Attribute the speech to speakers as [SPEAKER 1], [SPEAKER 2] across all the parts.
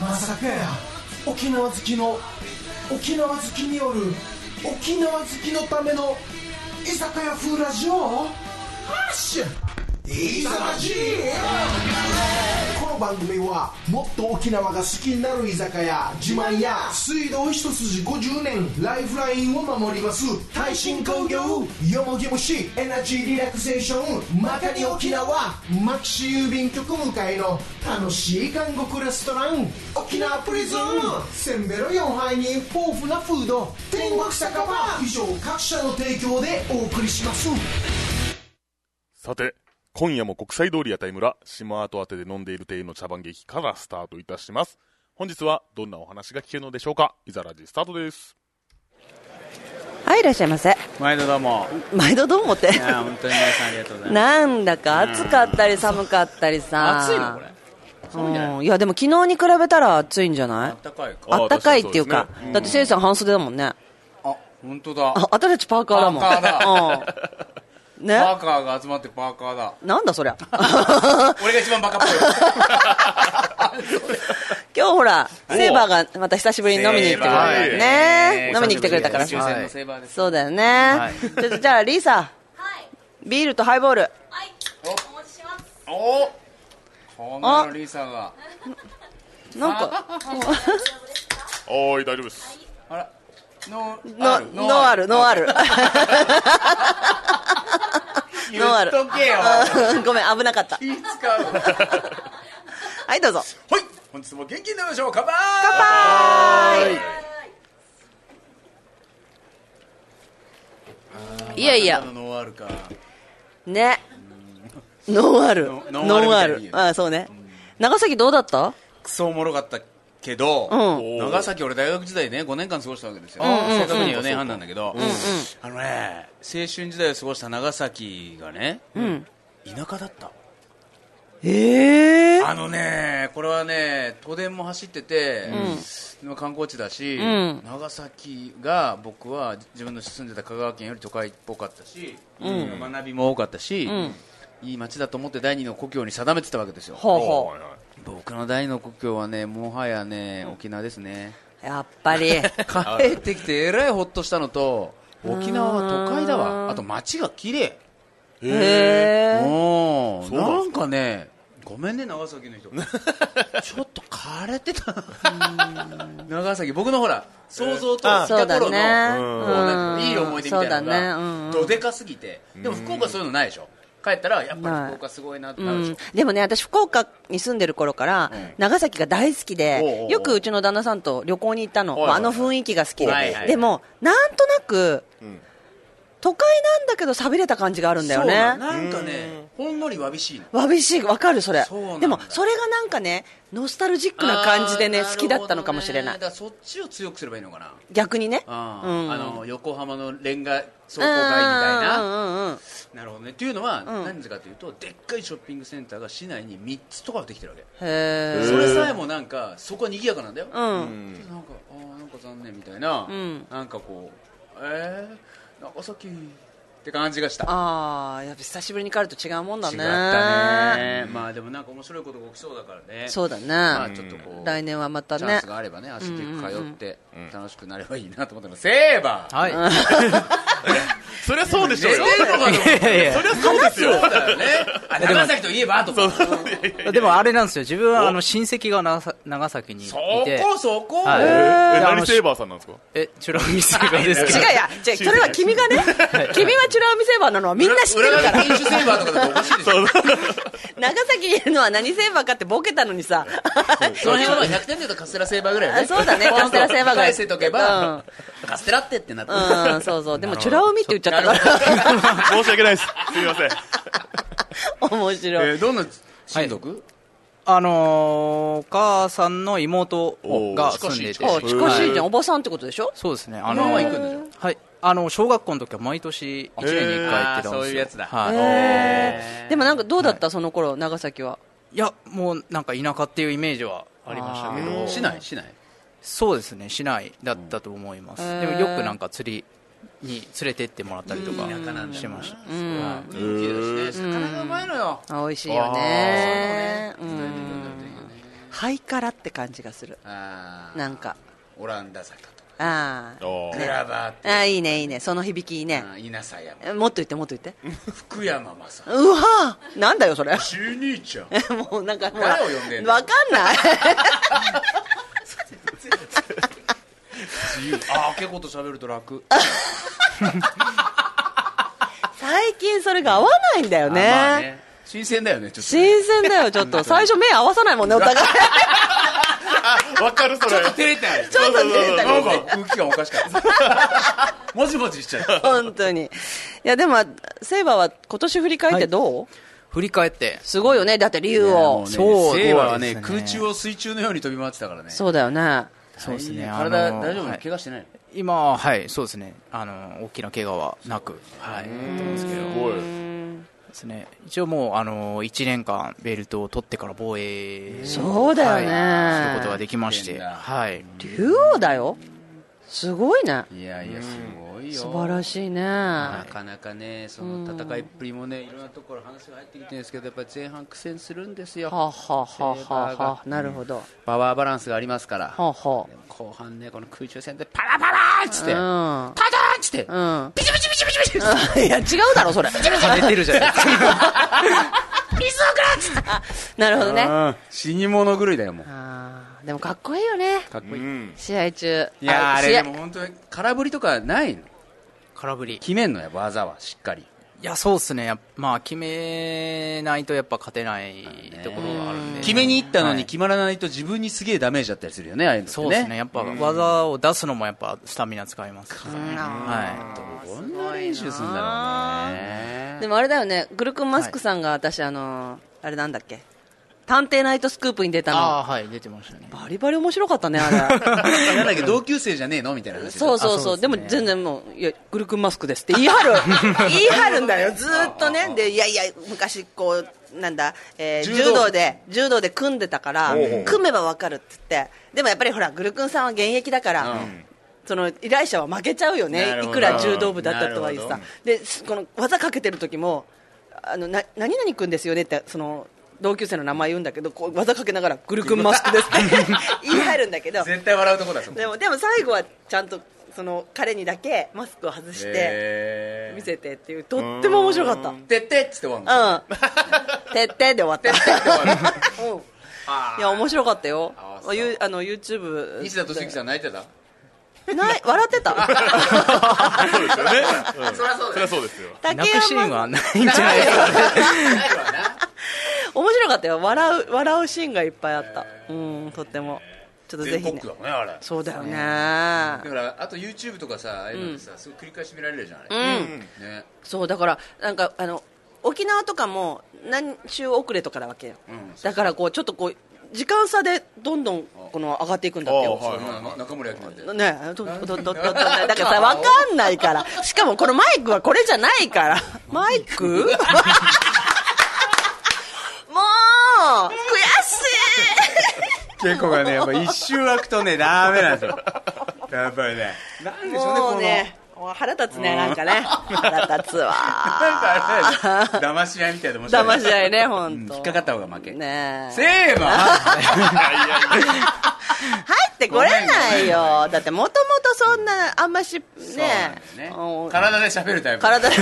[SPEAKER 1] 拓哉沖縄好きの沖縄好きによる沖縄好きのための居酒屋風ラジオハッシュいざラジこの番組はもっと沖縄が好きになる居酒屋自慢や水道一筋50年ライフラインを守ります耐震工業よもぎ虫エナジーリラクゼーションまたに沖縄牧師郵便局向かいの楽しい韓国レストラン沖縄プリズンせんべろ4杯に豊富なフード天国酒場以上各社の提供でお送りします
[SPEAKER 2] さて、今夜も国際通り屋台村、島跡宛てで飲んでいる店員の茶番劇からスタートいたします。本日はどんなお話が聞けるのでしょうかいざラジスタートです。
[SPEAKER 3] はい、いらっしゃいませ。
[SPEAKER 4] 毎度どうも。
[SPEAKER 3] 毎度どうもって。
[SPEAKER 4] いや本当に皆さんありがとうございます。
[SPEAKER 3] なんだか暑かったり寒かったりさ。
[SPEAKER 4] 暑いのこれ。寒いんじゃない
[SPEAKER 3] うん。いや、でも昨日に比べたら暑いんじゃな
[SPEAKER 4] あ
[SPEAKER 3] い
[SPEAKER 4] ったかいか。
[SPEAKER 2] あ
[SPEAKER 3] あったかいっていうか
[SPEAKER 2] 確。
[SPEAKER 3] だってせいさん半袖だもんね。
[SPEAKER 4] あ、本当だ。
[SPEAKER 3] あ、私たちパーカーだもん。
[SPEAKER 4] パーカ ー
[SPEAKER 3] うん。
[SPEAKER 4] パ
[SPEAKER 3] ね
[SPEAKER 4] ー。カーが集まってパーカー だ。
[SPEAKER 3] なんだそりゃ。
[SPEAKER 4] 俺が一番バカっぽい。
[SPEAKER 3] 今日ほら、セーバーがまた久しぶ りに飲みに来てくれた
[SPEAKER 2] セーバ
[SPEAKER 3] ね
[SPEAKER 2] ー
[SPEAKER 3] ね。飲みに来てくれたから。
[SPEAKER 4] 抽選のセーバーです。
[SPEAKER 3] そうだよね。
[SPEAKER 4] い
[SPEAKER 3] ちょっとじゃあ、リーサ、
[SPEAKER 5] はい。
[SPEAKER 3] ビールとハイボール。
[SPEAKER 5] はい。お持ちします。
[SPEAKER 4] おこのリーさんが。
[SPEAKER 3] なんか、
[SPEAKER 2] おーい、大丈夫です。
[SPEAKER 4] あら。ノ
[SPEAKER 3] の、ノアル、ノアル。
[SPEAKER 4] 言っとけよ。
[SPEAKER 3] うん ごめん、危なかった。
[SPEAKER 4] 気使う。
[SPEAKER 3] はい、どうぞ。
[SPEAKER 4] ほい。本日も元気になりましょう。乾杯。
[SPEAKER 3] いやいや
[SPEAKER 4] あなたのノーアルか。
[SPEAKER 3] ね。ノンアル。
[SPEAKER 4] ノノンアル
[SPEAKER 3] ノ
[SPEAKER 4] みたいな
[SPEAKER 3] あ、そうね。長崎どうだった
[SPEAKER 4] クソおもろかったけど、
[SPEAKER 3] ん
[SPEAKER 4] 長崎俺大学時代ね5年間過ごしたわけですよ、正確に4年半なんだけど、あのね青春時代を過ごした長崎がね、田舎だった
[SPEAKER 3] ええ
[SPEAKER 4] あのねこれはね都電も走ってて、観光地だし、
[SPEAKER 3] ん
[SPEAKER 4] 長崎が僕は自分の住んでた香川県より都会っぽかったし、学びも多かったし、いい街だと思って第二の故郷に定めてたわけですよ
[SPEAKER 3] ほうほ
[SPEAKER 2] はいはい
[SPEAKER 4] 僕の第二の故郷はねもはやね沖縄ですね
[SPEAKER 3] う。やっぱり。
[SPEAKER 4] 帰ってきてえらいほっとしたのと沖縄は都会だわあと街が綺麗
[SPEAKER 3] へえ。
[SPEAKER 4] お
[SPEAKER 2] うなん
[SPEAKER 4] な
[SPEAKER 2] ですか
[SPEAKER 4] んかねごめんね長崎 の人ちょっと枯れてた 長崎僕のほら想像と
[SPEAKER 3] あ
[SPEAKER 4] した
[SPEAKER 3] そ
[SPEAKER 4] 頃の
[SPEAKER 3] うだね
[SPEAKER 4] こうなんていうのいい思い出みたいなの
[SPEAKER 3] そうだねうんう
[SPEAKER 4] が
[SPEAKER 3] ん
[SPEAKER 4] どでかすぎてでも福岡そういうのないでしょ帰ったらやっぱ
[SPEAKER 3] ない
[SPEAKER 4] り福岡すごいなって
[SPEAKER 3] う
[SPEAKER 4] なるでし
[SPEAKER 3] ん
[SPEAKER 4] ょ、
[SPEAKER 3] でもね、私、福岡に住んでる頃から、長崎が大好き
[SPEAKER 4] おうおうお
[SPEAKER 3] で、
[SPEAKER 4] う
[SPEAKER 3] よくうちの旦那さんと旅行に行ったの、
[SPEAKER 4] はいはい
[SPEAKER 3] まああの雰囲気が好き
[SPEAKER 4] はいは
[SPEAKER 3] で、
[SPEAKER 4] い
[SPEAKER 3] でも、なんとなく
[SPEAKER 2] ん、
[SPEAKER 3] 都会なんだけど、寂れた感じがあるんだよ
[SPEAKER 4] そうな
[SPEAKER 3] ね
[SPEAKER 4] の。なんかねほんのりわびしいの
[SPEAKER 3] わびしい、わかる、それ
[SPEAKER 4] そうなん。だ
[SPEAKER 3] でも、それがなんかね、ノスタルジックな感じでね、
[SPEAKER 4] あー
[SPEAKER 3] 好きだったのかもしれ
[SPEAKER 4] る
[SPEAKER 3] ない
[SPEAKER 4] ほどね。だからそっちを強くすればいいのかな
[SPEAKER 3] 逆にね。
[SPEAKER 4] あ,、
[SPEAKER 3] うん
[SPEAKER 4] あの横浜のレンガ
[SPEAKER 3] う
[SPEAKER 4] 倉庫街み
[SPEAKER 3] ん
[SPEAKER 4] たい
[SPEAKER 3] うん
[SPEAKER 4] な
[SPEAKER 3] うんうん
[SPEAKER 4] なるほどねっていうのは、何でかというとでっかいショッピングセンターが市内に3つとかできてるわけ
[SPEAKER 3] へー
[SPEAKER 4] それさえもなんかそこは賑やかなんだよ、
[SPEAKER 3] う。
[SPEAKER 2] うんん
[SPEAKER 4] なんかあーなんか残念みたいな、
[SPEAKER 3] ん
[SPEAKER 4] なんかこうえー、長崎って感じがした
[SPEAKER 3] ああ、やっぱ久しぶりに帰ると違うもんだ
[SPEAKER 4] 違
[SPEAKER 3] ね。
[SPEAKER 4] ったねまあでもなんか面白いことが起きそうだからね
[SPEAKER 3] そうだ
[SPEAKER 4] まあ
[SPEAKER 3] ね。
[SPEAKER 4] ちょっとこう、
[SPEAKER 3] 来年はまた
[SPEAKER 4] チャン
[SPEAKER 3] ね
[SPEAKER 4] ス。があればね、足で通って、楽しくなればいいなと思ってます。セーバー
[SPEAKER 6] はい。
[SPEAKER 2] そりゃそうでしょうよ。
[SPEAKER 4] 寝てんのかと思っ
[SPEAKER 6] いやい
[SPEAKER 4] て
[SPEAKER 6] や
[SPEAKER 4] そりゃそうですよ。そうだよね。あ長崎といえばと思って。
[SPEAKER 6] でもあれなんですよ、自分はあの親戚が長さ長崎にい
[SPEAKER 4] そ
[SPEAKER 6] て、
[SPEAKER 4] こそこ
[SPEAKER 6] はい
[SPEAKER 2] え
[SPEAKER 6] え
[SPEAKER 2] ー、え
[SPEAKER 6] ーあの
[SPEAKER 2] 何セーバーさんなんですか
[SPEAKER 6] え、チュラミセーバーですけ
[SPEAKER 3] 違
[SPEAKER 6] ど、
[SPEAKER 3] うや、違う、それは君 がね、君はチュラ海セーバーなのはみんな知ってる
[SPEAKER 4] 裏
[SPEAKER 3] か
[SPEAKER 4] 側
[SPEAKER 3] ら
[SPEAKER 4] に。選手セーバーとかでもおかしいでしょ。
[SPEAKER 3] 長崎にいるのは何セーバーかってボケたのにさ。
[SPEAKER 4] その辺は100点で言うとカステラセーバーぐらいよ
[SPEAKER 3] あ
[SPEAKER 4] ね。
[SPEAKER 3] そうだね、カステラセーバーが。
[SPEAKER 4] 返せとけば、カステラってってなって。
[SPEAKER 3] うん。うん、そうそう。でも、チュラ海って言っちゃったか
[SPEAKER 2] 申し訳ないです。すみません。
[SPEAKER 3] ら。面白い。
[SPEAKER 4] えーどんな親族
[SPEAKER 6] あのー、お母さんの妹
[SPEAKER 2] おー
[SPEAKER 6] が住んでいて、
[SPEAKER 3] あ近しいじゃん、おばさんってことでしょ
[SPEAKER 6] そうですね、
[SPEAKER 4] マ
[SPEAKER 6] あの
[SPEAKER 4] マ行くんでしょ
[SPEAKER 6] はい、あの小学校の時は毎年1年に1回行ってた
[SPEAKER 4] へーあー
[SPEAKER 6] んですよ、
[SPEAKER 4] そういうやつだ
[SPEAKER 6] はい
[SPEAKER 3] へーでもなんかどうだった、
[SPEAKER 6] は、
[SPEAKER 3] その頃長崎はい
[SPEAKER 6] いや、もうなんか田舎っていうイメージはありましたけど、
[SPEAKER 4] 市内市内。
[SPEAKER 6] そうですね、市内だったと思います、
[SPEAKER 3] うん
[SPEAKER 6] でもよくなんか釣りに連れてってもらったりとか
[SPEAKER 4] 田舎なんだ
[SPEAKER 6] してました。
[SPEAKER 4] うん。海も綺麗だしね。魚がうまいのよ。
[SPEAKER 3] あ美味しいよねうんハイカラって感じがする
[SPEAKER 4] あー
[SPEAKER 3] なんか
[SPEAKER 4] オランダ坂とか
[SPEAKER 3] ああ
[SPEAKER 2] おー
[SPEAKER 4] グラバーって
[SPEAKER 3] あーいいねいいねその響きいいね
[SPEAKER 4] あー稲佐山
[SPEAKER 3] えもっと言ってもっと言って
[SPEAKER 4] 福山雅治
[SPEAKER 3] うわーなんだよそれ
[SPEAKER 4] ちー兄ちゃん
[SPEAKER 3] もうなんかほら
[SPEAKER 4] 誰を呼んでんの
[SPEAKER 3] わか んない
[SPEAKER 4] 自由ああ結構と喋ると楽
[SPEAKER 3] 最近それが合わないんだよね,、
[SPEAKER 4] あまあね新鮮だよねちょっとね
[SPEAKER 3] 新鮮だよち ょっと最初目合わさないもんねお互い
[SPEAKER 2] わかるそれ。
[SPEAKER 4] 照れたよね
[SPEAKER 3] ちょっと照れた
[SPEAKER 4] な
[SPEAKER 3] よ
[SPEAKER 4] んか空気感おかしかったもじもじしちゃった
[SPEAKER 3] 本当にいやでもセイバーは今年振り返ってどう、
[SPEAKER 6] 振り返って
[SPEAKER 3] すごいよねだって理由を、
[SPEAKER 4] ね
[SPEAKER 6] そう
[SPEAKER 4] 令和はね
[SPEAKER 6] そうですね
[SPEAKER 4] 空中を水中のように飛び回ってたからね
[SPEAKER 3] そうだよね
[SPEAKER 6] そうですね
[SPEAKER 4] いい
[SPEAKER 6] あの
[SPEAKER 4] 体大丈夫
[SPEAKER 6] はい
[SPEAKER 4] 怪我してない
[SPEAKER 6] 今はいそうですねあの大きな怪我はなくはいやってますけど
[SPEAKER 2] おい
[SPEAKER 6] ですね一応もうあの1年間ベルトを取ってから防衛
[SPEAKER 3] そうだよね
[SPEAKER 6] はいすることができま
[SPEAKER 4] い
[SPEAKER 6] し
[SPEAKER 4] い
[SPEAKER 6] て
[SPEAKER 4] んだ
[SPEAKER 6] はい
[SPEAKER 3] 竜王だよすごいね
[SPEAKER 4] いやいやすごいよ
[SPEAKER 3] 素晴らしいね、
[SPEAKER 4] なかなかね、その戦いっぷりもね、いろんなところ話が入ってきてるんですけど、やっぱり前半苦戦するんですよ、
[SPEAKER 3] はあ、はあはあはあはあなるほど、は
[SPEAKER 4] パワーバランスがありますから、
[SPEAKER 3] あは
[SPEAKER 4] でも後半ね、この空中戦でパラパラーっつって、パラ
[SPEAKER 3] あ
[SPEAKER 4] ーっつって
[SPEAKER 3] う、んうん
[SPEAKER 4] ビチビチビチビチビチビチ
[SPEAKER 3] いや違うだろそれ
[SPEAKER 6] 跳ねてるじゃ ないですか
[SPEAKER 3] なるほどね
[SPEAKER 4] うん死に物狂いだよ、もう。
[SPEAKER 3] あーでもかっこいいよね
[SPEAKER 4] かっこいい。
[SPEAKER 2] うん。
[SPEAKER 3] 試合中
[SPEAKER 4] いやーあれ
[SPEAKER 3] 試
[SPEAKER 4] で
[SPEAKER 3] 合
[SPEAKER 4] も本当に空振りとかないの
[SPEAKER 6] 空振り
[SPEAKER 4] 決めんのやっぱ技はしっかり
[SPEAKER 6] いやそうですねやっぱまあ決めないとやっぱ勝てないところがあるんで
[SPEAKER 4] 決めに行ったの
[SPEAKER 6] は
[SPEAKER 4] に
[SPEAKER 6] い
[SPEAKER 4] 決まらないと自分にすげえダメージだったりするよねああいうのって
[SPEAKER 6] そうですねやっぱ技を出すのもやっぱスタミナ使いますしはい
[SPEAKER 4] どんな練習するんだろうね
[SPEAKER 3] でもあれだよねグルクンマスクさんが私、あのーあれなんだっけ探偵ナイトスクープに出たの
[SPEAKER 6] ああはい出てましたね
[SPEAKER 3] バリバリ面白かったねあれ
[SPEAKER 4] なんだっけ同級生じゃねえのみたいな話
[SPEAKER 3] そうそうそう
[SPEAKER 6] そうですね
[SPEAKER 3] でも全然もういやグルクンマスクですって言い 張る言い張るんだよずーっとねでいやいや昔こうなんだ、えー
[SPEAKER 4] 柔
[SPEAKER 3] 柔
[SPEAKER 4] 道
[SPEAKER 3] 道で柔道で組んでたから組めばわかるって言ってでもやっぱりほらグルクンさんは現役だから、その依頼者は負けちゃうよ
[SPEAKER 4] な
[SPEAKER 3] ね
[SPEAKER 4] るほ
[SPEAKER 3] い
[SPEAKER 4] ど
[SPEAKER 3] くら柔道部だったとはいえ
[SPEAKER 4] なる
[SPEAKER 3] さ
[SPEAKER 4] ほ
[SPEAKER 3] ですこの技かけてる時もあのな何々君ですよねってその同級生の名前言うんだけどこう技かけながらグルクンマスクですって 言い張るんだけど
[SPEAKER 4] 絶対笑うとこだそこ
[SPEAKER 3] でもでも最後はちゃんとその彼にだけマスクを外して
[SPEAKER 4] へー
[SPEAKER 3] 見せてっていうとっても面白かった
[SPEAKER 4] てってっつって終わんの
[SPEAKER 3] うんてってで終わったうんいや面白かったよ
[SPEAKER 4] あそう
[SPEAKER 3] あゆあの YouTube
[SPEAKER 4] 西田敏行さん泣いてた
[SPEAKER 3] ない笑っ てた
[SPEAKER 2] そうですよね。うん
[SPEAKER 4] そりゃそうだ
[SPEAKER 2] そり
[SPEAKER 4] よ
[SPEAKER 2] ゃそうですよ。
[SPEAKER 6] 泣
[SPEAKER 3] 竹
[SPEAKER 6] くシーン
[SPEAKER 3] 山
[SPEAKER 6] はないんじゃないですか
[SPEAKER 4] ないわな
[SPEAKER 3] 面白かったよ笑う笑うシーンがいっぱいあったうんとってもちょっとぜ
[SPEAKER 4] 全
[SPEAKER 3] ひ
[SPEAKER 4] 国
[SPEAKER 3] ね
[SPEAKER 4] 区だもんねあれ
[SPEAKER 3] そうだよね
[SPEAKER 4] だからあと YouTube とかさああいうのってさすごい繰り返し見られるじゃんあれね
[SPEAKER 3] そうだからなんかあの沖縄とかも何週遅れとかなわけよ、だからこうちょっとこう時間差でどんどんこの上がっていくんだってよ、
[SPEAKER 2] あはい
[SPEAKER 4] まあま中森明菜って
[SPEAKER 3] ねえどどどどどだからさわかんないからしかもこのマイクはこれじゃないからマイクもう悔し
[SPEAKER 4] 結構がねやっぱ一周空くとねダメなんですよやっぱりねなん
[SPEAKER 3] い
[SPEAKER 4] でしょうねこの
[SPEAKER 3] もうねもう腹立つねなんかね腹立つ
[SPEAKER 4] なん
[SPEAKER 3] わ
[SPEAKER 4] かあれだよね騙し合いみたいで面白い
[SPEAKER 3] 騙し合いね本当
[SPEAKER 4] 引っかかった方が負け
[SPEAKER 3] ねえ
[SPEAKER 4] セーバー
[SPEAKER 3] 入ってこれないよだってもともとそんなあんましね
[SPEAKER 4] そうなんだよ
[SPEAKER 3] うん
[SPEAKER 4] ね体で喋るタイプ
[SPEAKER 3] 体の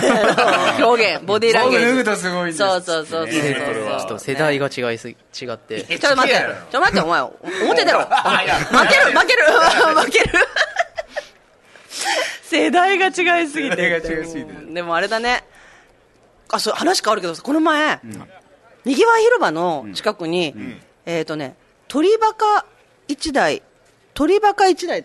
[SPEAKER 3] 表現ボディーランゲージ
[SPEAKER 4] 僕脱ぐとすごいんです
[SPEAKER 3] そうそうそうそ
[SPEAKER 4] い
[SPEAKER 3] う
[SPEAKER 4] いね
[SPEAKER 6] ち
[SPEAKER 4] これは
[SPEAKER 6] ょっと世代が違いすぎ違って
[SPEAKER 3] ちょっと待って
[SPEAKER 4] 違うよ、
[SPEAKER 3] ちょっと待って、お 前、表出
[SPEAKER 4] い
[SPEAKER 3] ろ。
[SPEAKER 4] や
[SPEAKER 3] 負 ける、負ける、負ける。世代が違いすぎて。
[SPEAKER 4] 世代が違いすぎて
[SPEAKER 3] でもあれだね。あ、そう、話変わるけどさ、この前、にぎわい広場の近くに、えっとね、鳥バカ一台、鳥バカ一台っ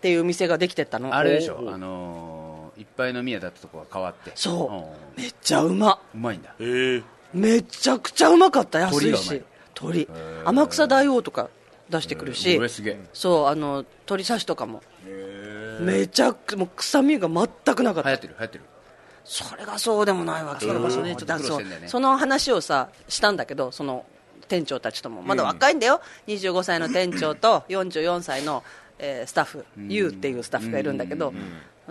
[SPEAKER 3] ていう店ができてったの。
[SPEAKER 4] あれでしょあのーいっぱい飲み屋だったとこが変わって
[SPEAKER 3] そう。めっちゃうま。
[SPEAKER 4] うんうまいんだ
[SPEAKER 2] えー
[SPEAKER 3] めちゃくちゃうまかった、安いし。鳥
[SPEAKER 4] ー
[SPEAKER 3] 天草大王とか出してくるし。
[SPEAKER 4] 俺すげえ
[SPEAKER 3] そうあの鳥刺しとかもめちゃくもう臭みが全くなかっ
[SPEAKER 4] 流行っ
[SPEAKER 3] た
[SPEAKER 4] てる流行ってる
[SPEAKER 3] それがそうでもないわけ
[SPEAKER 4] そ
[SPEAKER 3] よ
[SPEAKER 4] れこそねちょっと苦労
[SPEAKER 3] そ
[SPEAKER 4] し
[SPEAKER 3] う
[SPEAKER 4] てんだよね
[SPEAKER 3] その話をさしたんだけどその店長たちともまだ若いんだよ、25歳の店長と44歳の、えースタッフ、ユウっていうスタッフがいるんだけど、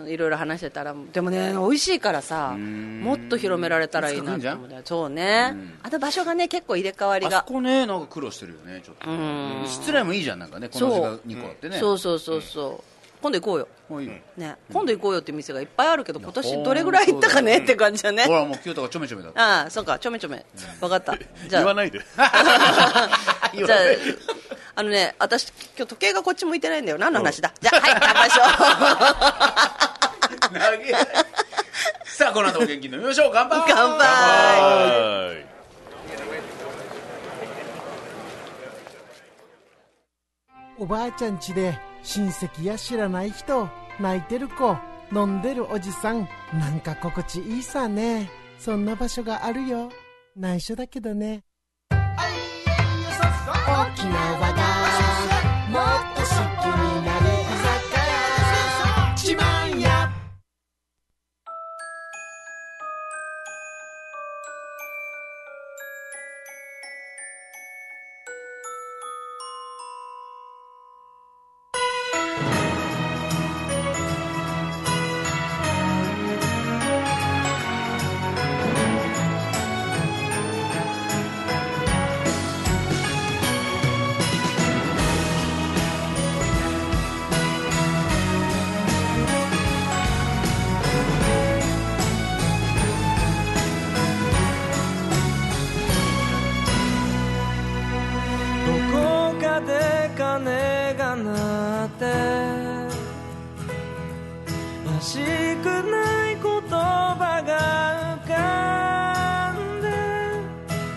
[SPEAKER 3] いろいろ話してたらでもね美味しいからさもっと広められたらいいなと思ってそうねあと場所がね結構入れ替わり
[SPEAKER 4] あそ
[SPEAKER 3] が
[SPEAKER 4] こねなんか苦労してるよねちょっと失礼もいいじゃんなんかねこの時間2個あってね
[SPEAKER 3] そうそうそうそう今度行こうよ
[SPEAKER 4] もういいよ
[SPEAKER 3] ね今度行こうよって店がいっぱいあるけど今年どれぐらい行ったかねって感じだね
[SPEAKER 4] ほらもう清田がちょめちょめだった
[SPEAKER 3] ああそうかちょめちょめ分かった じゃあ
[SPEAKER 2] 言わないで。
[SPEAKER 3] じゃあ、あのね、私、今日時計がこっち向いてないんだよ。何の話だ。じゃあ、はい、乾杯しよ
[SPEAKER 4] 長い さあこの後お元気飲みましょう乾杯
[SPEAKER 3] う。 乾杯。
[SPEAKER 2] はい。
[SPEAKER 7] おばあちゃん家で親戚や知らない人泣いてる子飲んでるおじさんなんか心地いいさねそんな場所があるよ内緒だけどね沖縄がもっと好きになる居酒屋自慢や
[SPEAKER 8] どこかで鐘が鳴ってらしくない言葉が浮かんで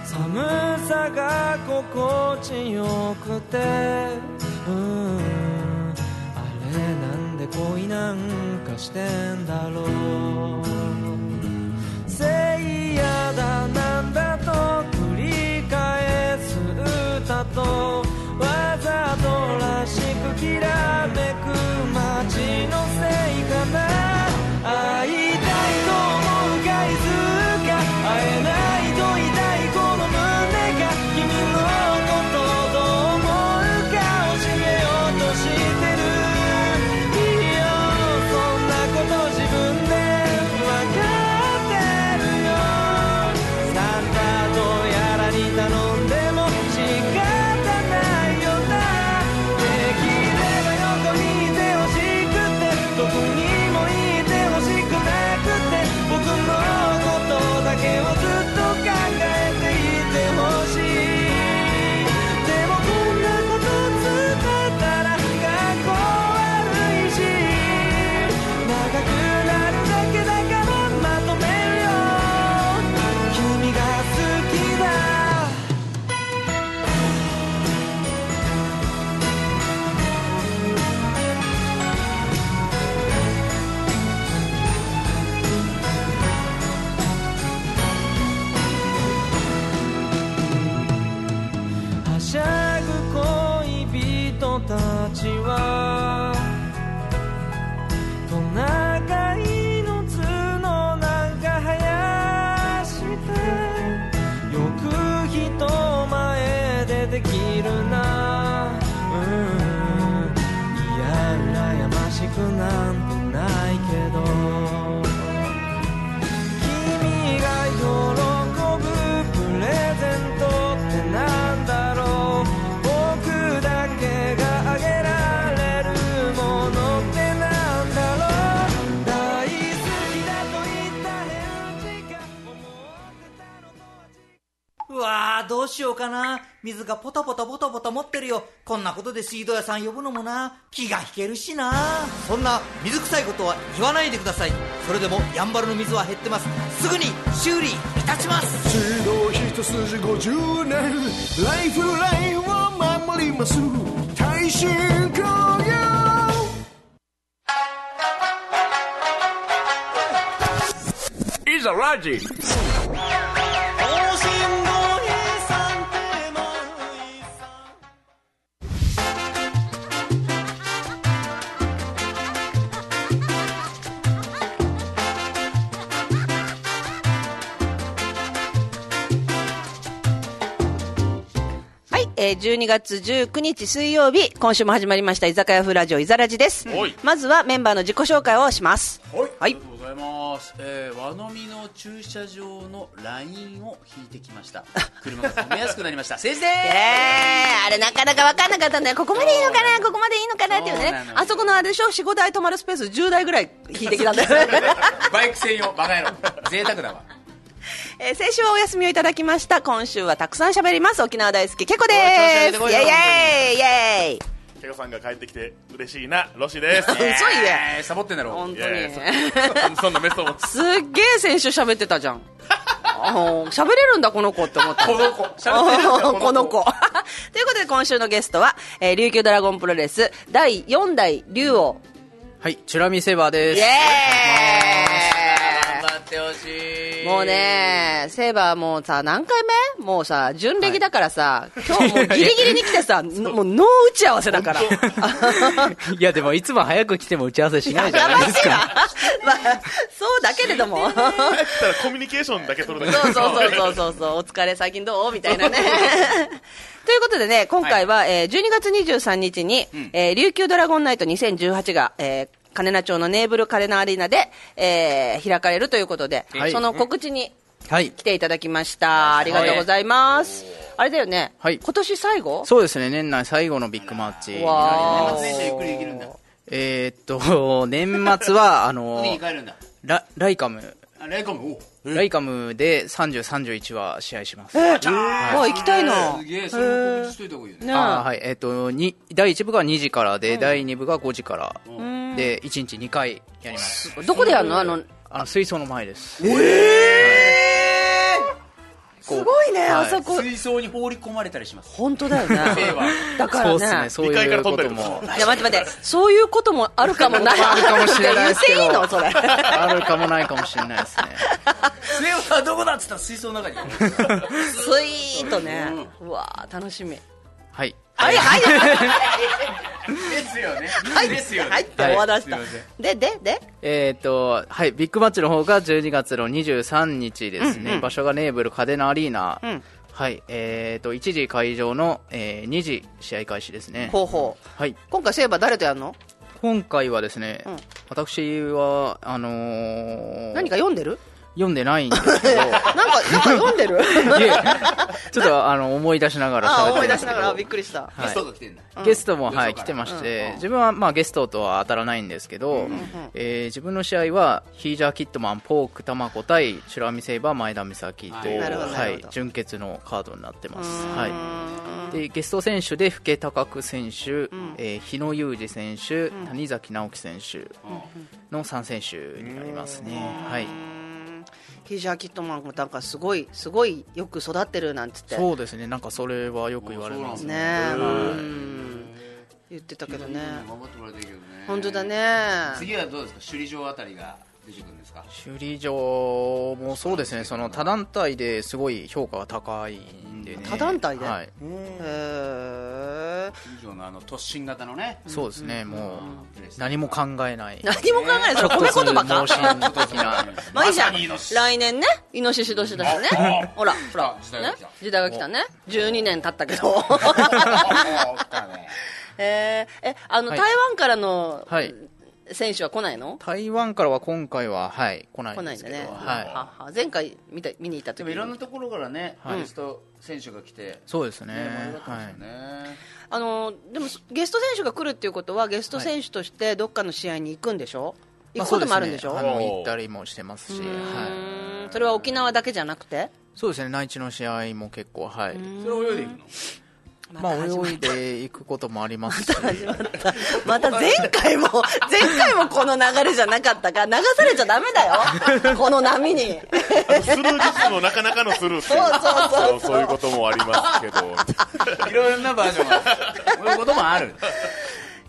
[SPEAKER 8] 寒さが心地よくてうんあれなんで恋なんかしてんだろうせいやだなんだと繰り返す歌とわざとらしくきらめく街のせいかな会いたいと思うかいつか会えないと痛いこの胸が君のことどう思うか教えようとしてるいいよそんなこと自分で分かって「サンタどうやらに頼んでも仕方ないよな」「できれば横にいてほしくてどこにもいてほしくなくて」「僕のことだけをずっと考えていてほしい」「でもこんなこと伝えたら学校悪いし」長くなるだけだからまとめるよ君のこと君が好きだはしゃぐ恋人たちはトナカイの角なんか生やしてよく人前でできるなうんいや羨ましくなんてないけど君が喜ぶプレゼントってなんだろう僕だけがあげられるものってなんだろう大好きだと言った返事が思ってたのとは違う
[SPEAKER 9] うわーどうしようかな水がポタポタポタポタ持ってるよこんなことで水道屋さん呼ぶのもな気が引けるしなそんな水臭いことは言わないでくださいそれでもやんばるの水は減ってますすぐに修理いたします
[SPEAKER 1] 水道一筋50年ライフラインを守ります耐震工業
[SPEAKER 3] はい、はい、えー12月19日水曜日、今週も始まりました居酒屋風ラジオいざらじです
[SPEAKER 2] おい。
[SPEAKER 3] まずはメンバーの自己紹介をします。は
[SPEAKER 4] あり
[SPEAKER 3] い
[SPEAKER 4] が。とうございます、えー、和飲みの駐車場のラインを引いてきました車が止めやすくなりま した政治で
[SPEAKER 3] えー、あれなかなか分かんなかったんだよ。ここまでいいのかなここまでいいのかなっていう
[SPEAKER 4] そう
[SPEAKER 3] ね
[SPEAKER 4] な。の
[SPEAKER 3] あそこのあれでしょ ?4、5台泊まるスペース10台ぐらい引いてきたんだ よね。
[SPEAKER 4] すバイク専用バカ野郎 贅沢だわ
[SPEAKER 3] えー先週はお休みをいただきました今週はたくさん喋ります沖縄大好きけこですイ
[SPEAKER 4] おい調子上げてこい
[SPEAKER 3] エ
[SPEAKER 4] よ
[SPEAKER 3] イイエイイエイ
[SPEAKER 2] ケコさんが帰ってきて嬉しいなロシです
[SPEAKER 3] 嘘言
[SPEAKER 4] えー、サボってんだろ
[SPEAKER 3] 本
[SPEAKER 2] い
[SPEAKER 3] 当に
[SPEAKER 2] やいやそそんなメスを持つ
[SPEAKER 3] すっげえ先週喋ってたじゃんあの喋れるんだこの子って思った
[SPEAKER 4] この子喋ってるんだ
[SPEAKER 3] この子ということで今週のゲストは、えー琉球ドラゴンプロレス第4代竜王
[SPEAKER 6] はい、チュラミセバーで
[SPEAKER 3] イ
[SPEAKER 6] す。
[SPEAKER 3] エ
[SPEAKER 4] 頑張ってほし
[SPEAKER 3] ーイ
[SPEAKER 4] い
[SPEAKER 3] もうねセーバーもうさ何回目もうさ純歴だからさ、今日もうギリギリに来て さもうノー打ち合わせだから
[SPEAKER 6] いや、でもいつも早く来ても打ち合わせしないじゃないで す
[SPEAKER 3] ま
[SPEAKER 6] か。
[SPEAKER 3] あ、そうだけれど
[SPEAKER 2] 帰っ
[SPEAKER 3] も。
[SPEAKER 2] てきたらコミュニケーションだけ取るだけ
[SPEAKER 3] そうそうそうそうそうそう、お疲れ最近どうみたい なね。ということでね、今回は、えー12月23日に、えー琉球ドラゴンナイト2018が、えー金名町のネーブルカレナアリーナで、えー開かれるということで、
[SPEAKER 6] はい
[SPEAKER 3] その告知に
[SPEAKER 6] はい。
[SPEAKER 3] 来ていただきました。ありがとうございます。あれだよね、
[SPEAKER 6] はい
[SPEAKER 3] 今年最後
[SPEAKER 6] そうですね、年内最後のビッグマッチになり
[SPEAKER 3] わ
[SPEAKER 6] ま
[SPEAKER 4] 年末年始
[SPEAKER 6] す。
[SPEAKER 4] はゆっくりできるんだ
[SPEAKER 6] えーっと、年末は、あの
[SPEAKER 4] 海に、帰るんだ
[SPEAKER 6] ラライカム、
[SPEAKER 4] あレイコムおう
[SPEAKER 6] ライカムで30、31は試合します。
[SPEAKER 3] えーわ、行きたいな。
[SPEAKER 4] す
[SPEAKER 3] ね
[SPEAKER 4] げえそれ告知しといた方がいいよね
[SPEAKER 6] あーはい、えっ、と、に、第1部が2時からで、第2部が5時から。で、1日2回やります。
[SPEAKER 3] どこでやるのあの、
[SPEAKER 6] あの、水槽の前です。
[SPEAKER 3] すごいね、あそこ。
[SPEAKER 4] 水槽に放り込まれたりします
[SPEAKER 3] 本当だよ ね。
[SPEAKER 4] 令和
[SPEAKER 3] だからね。
[SPEAKER 6] そうですね、そういうことも。
[SPEAKER 3] いや待って待って、そういうこともあるかもない。
[SPEAKER 6] あるかもしれないですけど。
[SPEAKER 3] 言っていいのそれ。
[SPEAKER 6] あるかもないかもしれないですね。
[SPEAKER 4] 令和はどこだっつったら水槽の中に
[SPEAKER 3] スイートね。うわー楽しみ。
[SPEAKER 6] はい。
[SPEAKER 3] はいはい
[SPEAKER 4] ですよね
[SPEAKER 3] はい
[SPEAKER 4] ですよね
[SPEAKER 3] はいって終わらせた
[SPEAKER 4] すいません。
[SPEAKER 3] ででで、
[SPEAKER 6] えっ、と、はい、ビッグマッチの方が12月の23日ですね。場所がネーブルカデナアリーナ。
[SPEAKER 3] ん
[SPEAKER 6] はい、えっ、と、1時会場の、えー2時試合開始ですね。
[SPEAKER 3] 広報。
[SPEAKER 6] はい。
[SPEAKER 3] 今回セーバー誰とやるの？
[SPEAKER 6] 今回はですね、
[SPEAKER 3] ん
[SPEAKER 6] 私は、あのー
[SPEAKER 3] 何か読んでる？
[SPEAKER 6] 読んでないんです けど、
[SPEAKER 3] なんかなんか読んでる？
[SPEAKER 6] いえちょっとあの思い出しながら
[SPEAKER 3] あー
[SPEAKER 6] 喋って
[SPEAKER 3] 思い
[SPEAKER 6] るんで
[SPEAKER 3] 出
[SPEAKER 6] す
[SPEAKER 3] し
[SPEAKER 6] けど
[SPEAKER 3] ながらびっくりした。
[SPEAKER 4] ゲストが来てんだ
[SPEAKER 6] ゲストも、は
[SPEAKER 4] よ
[SPEAKER 6] い、
[SPEAKER 4] そか
[SPEAKER 6] 来
[SPEAKER 4] ら
[SPEAKER 6] てまして、自分は、まあ、ゲストとは当たらないんですけど、えー自分の試合はヒージャーキットマンポーク玉子対チュラミセイバー前田美咲という、
[SPEAKER 3] なるほどな
[SPEAKER 6] は
[SPEAKER 3] るほ
[SPEAKER 6] い
[SPEAKER 3] ど、
[SPEAKER 6] 準決のカードになってます、はい、でゲスト選手で福高久選手、えー日野裕二選手、谷崎直樹選手の3選手になりますね。はい
[SPEAKER 3] ヒージャーキットマンもなんかすごいすごいよく育ってるなんつって。
[SPEAKER 6] そうですね、なんかそれはよく言われますね。
[SPEAKER 3] ねえ。うん言ってたけどね。
[SPEAKER 4] 頑張ってもらいたいけどね
[SPEAKER 3] 本当だね。
[SPEAKER 4] 次はどうですか首里城あたりが出てくるんですか
[SPEAKER 6] 首里城もそうですね、その他団体ですごい評価が高いんでね。
[SPEAKER 3] 他団体で。
[SPEAKER 6] はい。
[SPEAKER 3] へー
[SPEAKER 4] 首里城のあの突進型のね
[SPEAKER 6] そうですね、もう何も考え ない。
[SPEAKER 3] 何も考えない。それ褒め言葉か
[SPEAKER 6] 盲。信的な。
[SPEAKER 3] まあいいじゃん
[SPEAKER 4] まさにイノシ。シ
[SPEAKER 3] 来年ね、イノシシ年だしね。ほら、ほら、ね
[SPEAKER 4] 時代が来た、
[SPEAKER 3] 時代が来たね。12年経ったけど。
[SPEAKER 4] あ来たね
[SPEAKER 3] えー、え、あの、
[SPEAKER 6] はい
[SPEAKER 3] 台湾からの
[SPEAKER 6] はい。
[SPEAKER 3] 選手は来ないの
[SPEAKER 6] 台湾からは今回は、はい、来ない
[SPEAKER 3] 来
[SPEAKER 6] ん
[SPEAKER 3] ないん
[SPEAKER 6] です
[SPEAKER 3] だ
[SPEAKER 6] けど。
[SPEAKER 3] ね。
[SPEAKER 6] は
[SPEAKER 3] はは前回見た見に行っ た
[SPEAKER 4] で
[SPEAKER 3] 時
[SPEAKER 4] もいろんな
[SPEAKER 3] に。
[SPEAKER 4] ところからねゲスト選手が来て
[SPEAKER 6] い。そうですね
[SPEAKER 4] ね盛り上が。ってま
[SPEAKER 6] は
[SPEAKER 4] すよ
[SPEAKER 6] い。
[SPEAKER 4] ね
[SPEAKER 3] あの、でもゲスト選手が来るっていうことは、ゲスト選手としてどっかの試合に行くんでしょ行くこともあるんでしょ
[SPEAKER 6] まあ
[SPEAKER 3] う
[SPEAKER 6] そうすねあの行ったりもしてますし、はい。
[SPEAKER 3] ーんそれは沖縄だけじゃなく て
[SPEAKER 6] そうですね、内地の試合も結構、はい。
[SPEAKER 4] それ泳いでいくの
[SPEAKER 6] まあ、泳いでいくこともあ りますし。
[SPEAKER 3] また前回も、前回もこの流れじゃなかったから、流されちゃダメだ よ。この波に。
[SPEAKER 2] あとスルー術もなかなかのスルーっていうそうそういうこともありますけど
[SPEAKER 4] いろんなバージョ ンがある泳ぐこともある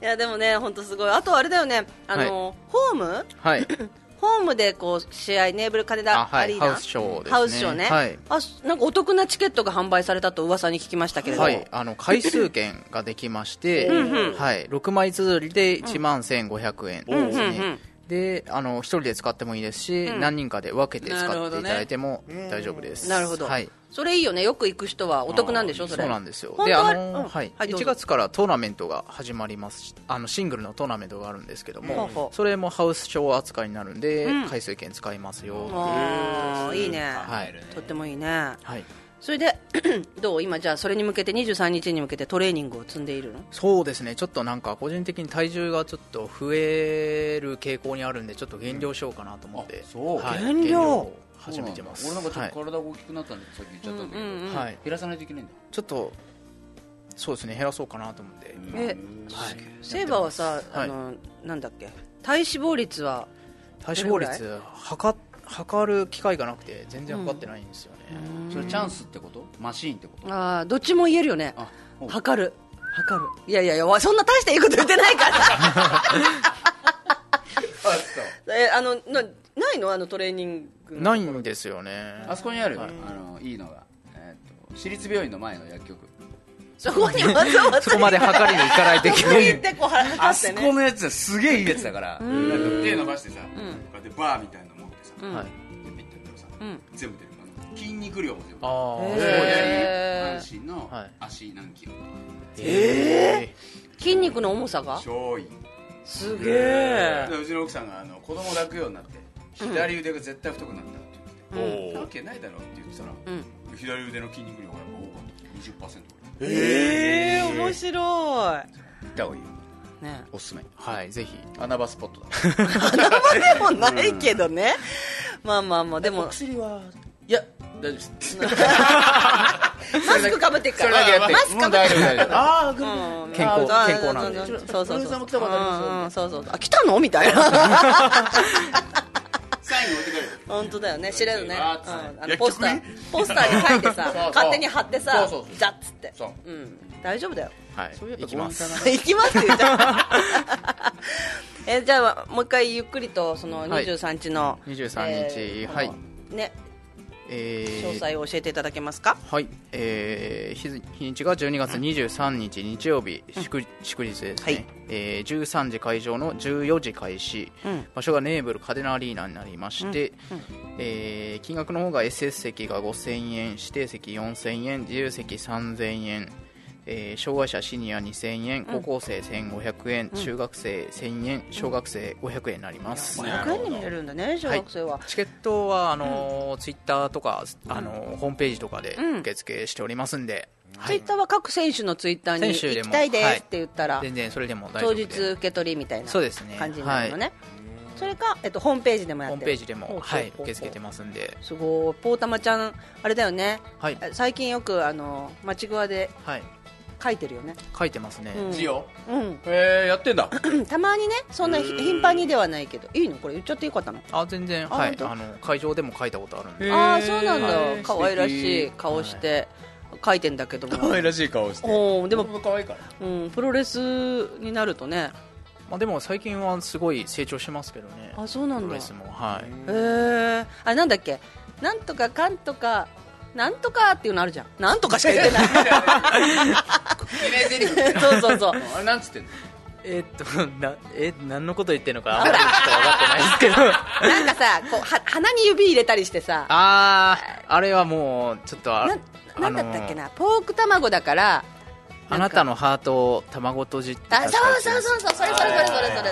[SPEAKER 3] いや、でもね、本当すごい。あとあれだよね、あの、ホーム
[SPEAKER 6] はい。
[SPEAKER 3] ホームでこう、試合、ネーブル金
[SPEAKER 6] あ
[SPEAKER 3] 田
[SPEAKER 6] はい
[SPEAKER 3] アリーナ。
[SPEAKER 6] ハウスショーですね
[SPEAKER 3] ハウスショーね。
[SPEAKER 6] はい
[SPEAKER 3] あ、なんかお得なチケットが販売されたと噂に聞きましたけれども。
[SPEAKER 6] はい、あの回数券ができまして、はい、6枚綴りで1万1500円で
[SPEAKER 3] う
[SPEAKER 6] す
[SPEAKER 3] んうんうん
[SPEAKER 6] ね。で、あの、一人で使ってもいいですし、何人かで分けて使
[SPEAKER 3] なる
[SPEAKER 6] っ
[SPEAKER 3] ほ
[SPEAKER 6] て
[SPEAKER 3] ど
[SPEAKER 6] い
[SPEAKER 3] ね
[SPEAKER 6] ただいても大丈夫です。
[SPEAKER 3] なるほど、
[SPEAKER 6] はい。
[SPEAKER 3] それいいよねよく行く人はお得なんでしょそれ
[SPEAKER 6] そうなんですよ。
[SPEAKER 3] 本
[SPEAKER 6] で、
[SPEAKER 3] 当は
[SPEAKER 6] あの、
[SPEAKER 3] うん
[SPEAKER 6] はい、
[SPEAKER 3] はいどうぞ
[SPEAKER 6] 1月からトーナメントが始まりますし。あのシングルのトーナメントがあるんですけど
[SPEAKER 3] ほう
[SPEAKER 6] も、
[SPEAKER 3] ほう
[SPEAKER 6] それもハウス賞扱いになるんで、回数券使いますよ。
[SPEAKER 3] あーいいね、
[SPEAKER 6] はい
[SPEAKER 3] とってもいいね
[SPEAKER 6] はい。
[SPEAKER 3] それで どう今じゃあそれに向けて23日に向けてトレーニングを積んでいるの
[SPEAKER 6] そうですね。ちょっとなんか個人的に体重がちょっと増える傾向にあるんで、ちょっと減量しようかなと思って。
[SPEAKER 4] あそう
[SPEAKER 6] はい
[SPEAKER 3] 減量
[SPEAKER 6] を始めてます。
[SPEAKER 4] 俺なんかちょっ
[SPEAKER 6] はい
[SPEAKER 4] と体が大きくなったんでさっき言っちゃったんだけど、
[SPEAKER 6] はい、
[SPEAKER 4] 減らさないといけないんだ
[SPEAKER 6] ちょっとそうですね減らそうかなと思って、
[SPEAKER 3] え
[SPEAKER 6] はい、
[SPEAKER 3] セイバーはさ、あのなんだっけ体脂肪率は
[SPEAKER 6] 体脂肪率測測る機会がなくて全然測ってないんですよね、
[SPEAKER 4] それチャンスってことマシーンってこと
[SPEAKER 3] あーどっちも言えるよね
[SPEAKER 4] あおう
[SPEAKER 3] 測る測るいやいやいやわそんな大していいこと言ってないから えあのなないのあのトレーニング
[SPEAKER 6] ないんですよね
[SPEAKER 4] あそこにあるよ、あのいいのが、えー、と私立病院の前の薬局
[SPEAKER 3] そこにわざわざ
[SPEAKER 6] そこまで測りに行かないといけ
[SPEAKER 3] そこ
[SPEAKER 6] な
[SPEAKER 3] に行っ
[SPEAKER 6] い
[SPEAKER 3] てこう腹
[SPEAKER 4] あ
[SPEAKER 3] 測
[SPEAKER 4] そ
[SPEAKER 3] って
[SPEAKER 4] こ
[SPEAKER 3] ね
[SPEAKER 4] のやつはすげえいいやつだか
[SPEAKER 10] な
[SPEAKER 4] ら
[SPEAKER 10] んか手伸ばしてさ、こうやってバーみたいなの持ってさ、
[SPEAKER 3] ん
[SPEAKER 10] はい、でピッてやったらさ、
[SPEAKER 3] ん
[SPEAKER 10] 全部出るあの筋肉量も全部
[SPEAKER 6] あー
[SPEAKER 3] へ
[SPEAKER 10] 阪神の
[SPEAKER 6] はい
[SPEAKER 10] 足何キロ、
[SPEAKER 6] え
[SPEAKER 3] 筋肉の重さが
[SPEAKER 10] 超いい
[SPEAKER 3] すげえ
[SPEAKER 10] でうちの奥さんがあの子供抱くようになって左腕が絶対太くなったって言ってて、なわけないだろって言ってたら、左腕の筋肉量がやっぱ多かった20%ぐらい
[SPEAKER 3] えー、面白
[SPEAKER 4] 行った方がいいよ
[SPEAKER 3] いね
[SPEAKER 4] おすすめ
[SPEAKER 6] はいぜひ
[SPEAKER 4] 穴場スポットだ
[SPEAKER 3] 穴場でもないけどね、まあまあまあでも
[SPEAKER 4] 薬はいや大丈夫です
[SPEAKER 3] マスクかぶってっからマスクかぶ
[SPEAKER 4] 大
[SPEAKER 3] って
[SPEAKER 4] 丈夫大丈夫ああ
[SPEAKER 3] うん
[SPEAKER 6] 健康
[SPEAKER 3] あ
[SPEAKER 6] 健康なんで
[SPEAKER 3] そうそうそう
[SPEAKER 4] さんも来たことありますよね
[SPEAKER 3] うんうんそうそうそうあ来たのみたいな
[SPEAKER 10] サイン置いてくれる
[SPEAKER 3] 本当だよね知れるね、
[SPEAKER 10] わーっつって
[SPEAKER 3] うん、あのポスターポスターに書いてさ
[SPEAKER 4] そうそう
[SPEAKER 3] 勝手に貼ってさ
[SPEAKER 4] そうそうそう
[SPEAKER 3] じゃっつって
[SPEAKER 4] そう
[SPEAKER 3] うん、大丈夫だよ
[SPEAKER 6] はい
[SPEAKER 4] そういえば
[SPEAKER 6] 行きます
[SPEAKER 3] 行きますよじゃあ えじゃあもう一回ゆっくりとその23日の、
[SPEAKER 6] 23日
[SPEAKER 3] この
[SPEAKER 6] はい
[SPEAKER 3] ね
[SPEAKER 6] え
[SPEAKER 3] 詳
[SPEAKER 6] ー
[SPEAKER 3] 細を教えていただけますか、
[SPEAKER 6] はい、えー日日にちが12月23日日曜日、祝祝日ですね、
[SPEAKER 3] はい
[SPEAKER 6] えー13時会場の14時開始、
[SPEAKER 3] うん
[SPEAKER 6] 場所がネーブルカデナアリーナになりまして、えー金額の方が SS 席が5000円指定席4000円自由席3000円えー障害者シニア2000円高校生1500円、中学生1000円小学生500円になります、
[SPEAKER 3] 500円に見れるんだね小
[SPEAKER 6] はい
[SPEAKER 3] 学生は、
[SPEAKER 6] チケットはあのーツイッターとか、あのーホームページとかで受付しておりますんで、は
[SPEAKER 3] ツイ
[SPEAKER 6] い
[SPEAKER 3] ッターは各選手のツイッターに
[SPEAKER 6] 選手で
[SPEAKER 3] 行
[SPEAKER 6] も
[SPEAKER 3] きたいです
[SPEAKER 6] は
[SPEAKER 3] って言ったら、
[SPEAKER 6] 全然それでも大丈
[SPEAKER 3] 当
[SPEAKER 6] 夫で
[SPEAKER 3] 日受け取りみたいな
[SPEAKER 6] そう
[SPEAKER 3] 感
[SPEAKER 6] で
[SPEAKER 3] じ
[SPEAKER 6] すね
[SPEAKER 3] になるのねそれか、えっと、ホームページでもやっ
[SPEAKER 6] ホ
[SPEAKER 3] て
[SPEAKER 6] ー
[SPEAKER 3] る
[SPEAKER 6] ムページで
[SPEAKER 3] ほうほ
[SPEAKER 6] も、
[SPEAKER 3] う
[SPEAKER 6] はい、
[SPEAKER 3] ほう
[SPEAKER 6] 受け付けてますんです
[SPEAKER 3] ごいポーたまちゃんあれだよね、
[SPEAKER 6] はい、
[SPEAKER 3] 最近よくあの町具合で
[SPEAKER 6] はい、
[SPEAKER 3] 書いてるよね
[SPEAKER 6] 書いてますね、
[SPEAKER 3] うん
[SPEAKER 4] ジオ
[SPEAKER 3] うん
[SPEAKER 4] えー、やってんだ
[SPEAKER 3] うんたまにねそんなひ頻繁にではないけどいいのこれ言っちゃってよかったの
[SPEAKER 6] あ全然はい
[SPEAKER 3] 本当
[SPEAKER 6] あの会場でも書いたことあるんで、
[SPEAKER 3] ああそうなん
[SPEAKER 4] は
[SPEAKER 3] だ
[SPEAKER 4] い
[SPEAKER 3] 可愛らしい顔して書いてんだけど も、
[SPEAKER 4] 可愛らしい顔して
[SPEAKER 3] おーでも、
[SPEAKER 4] 僕も可愛いから
[SPEAKER 3] うん、プロレスになるとね
[SPEAKER 6] まあ、でも最近はすごい成長してますけどね
[SPEAKER 3] あそうな
[SPEAKER 6] プ
[SPEAKER 3] んだ
[SPEAKER 6] ロレスもはい
[SPEAKER 3] へえあなんだっけなんとかかんとかなんとかっていうのあるじゃんなんとかしか言ってない そうそうそう
[SPEAKER 4] あれなんつってんの
[SPEAKER 6] えっとなえ何のこと言ってるのかあんまりちょっと分かってないですけど
[SPEAKER 3] なんかさこうは鼻に指入れたりしてさ
[SPEAKER 6] あああれはもうちょっとあ
[SPEAKER 3] なな
[SPEAKER 6] あ
[SPEAKER 3] ん
[SPEAKER 6] の
[SPEAKER 3] だったっけなポーク卵だから
[SPEAKER 6] あなたのハートを卵とじって
[SPEAKER 3] あ
[SPEAKER 6] 確
[SPEAKER 3] そう
[SPEAKER 6] か
[SPEAKER 3] そうそうそうそれそれそれそれそれ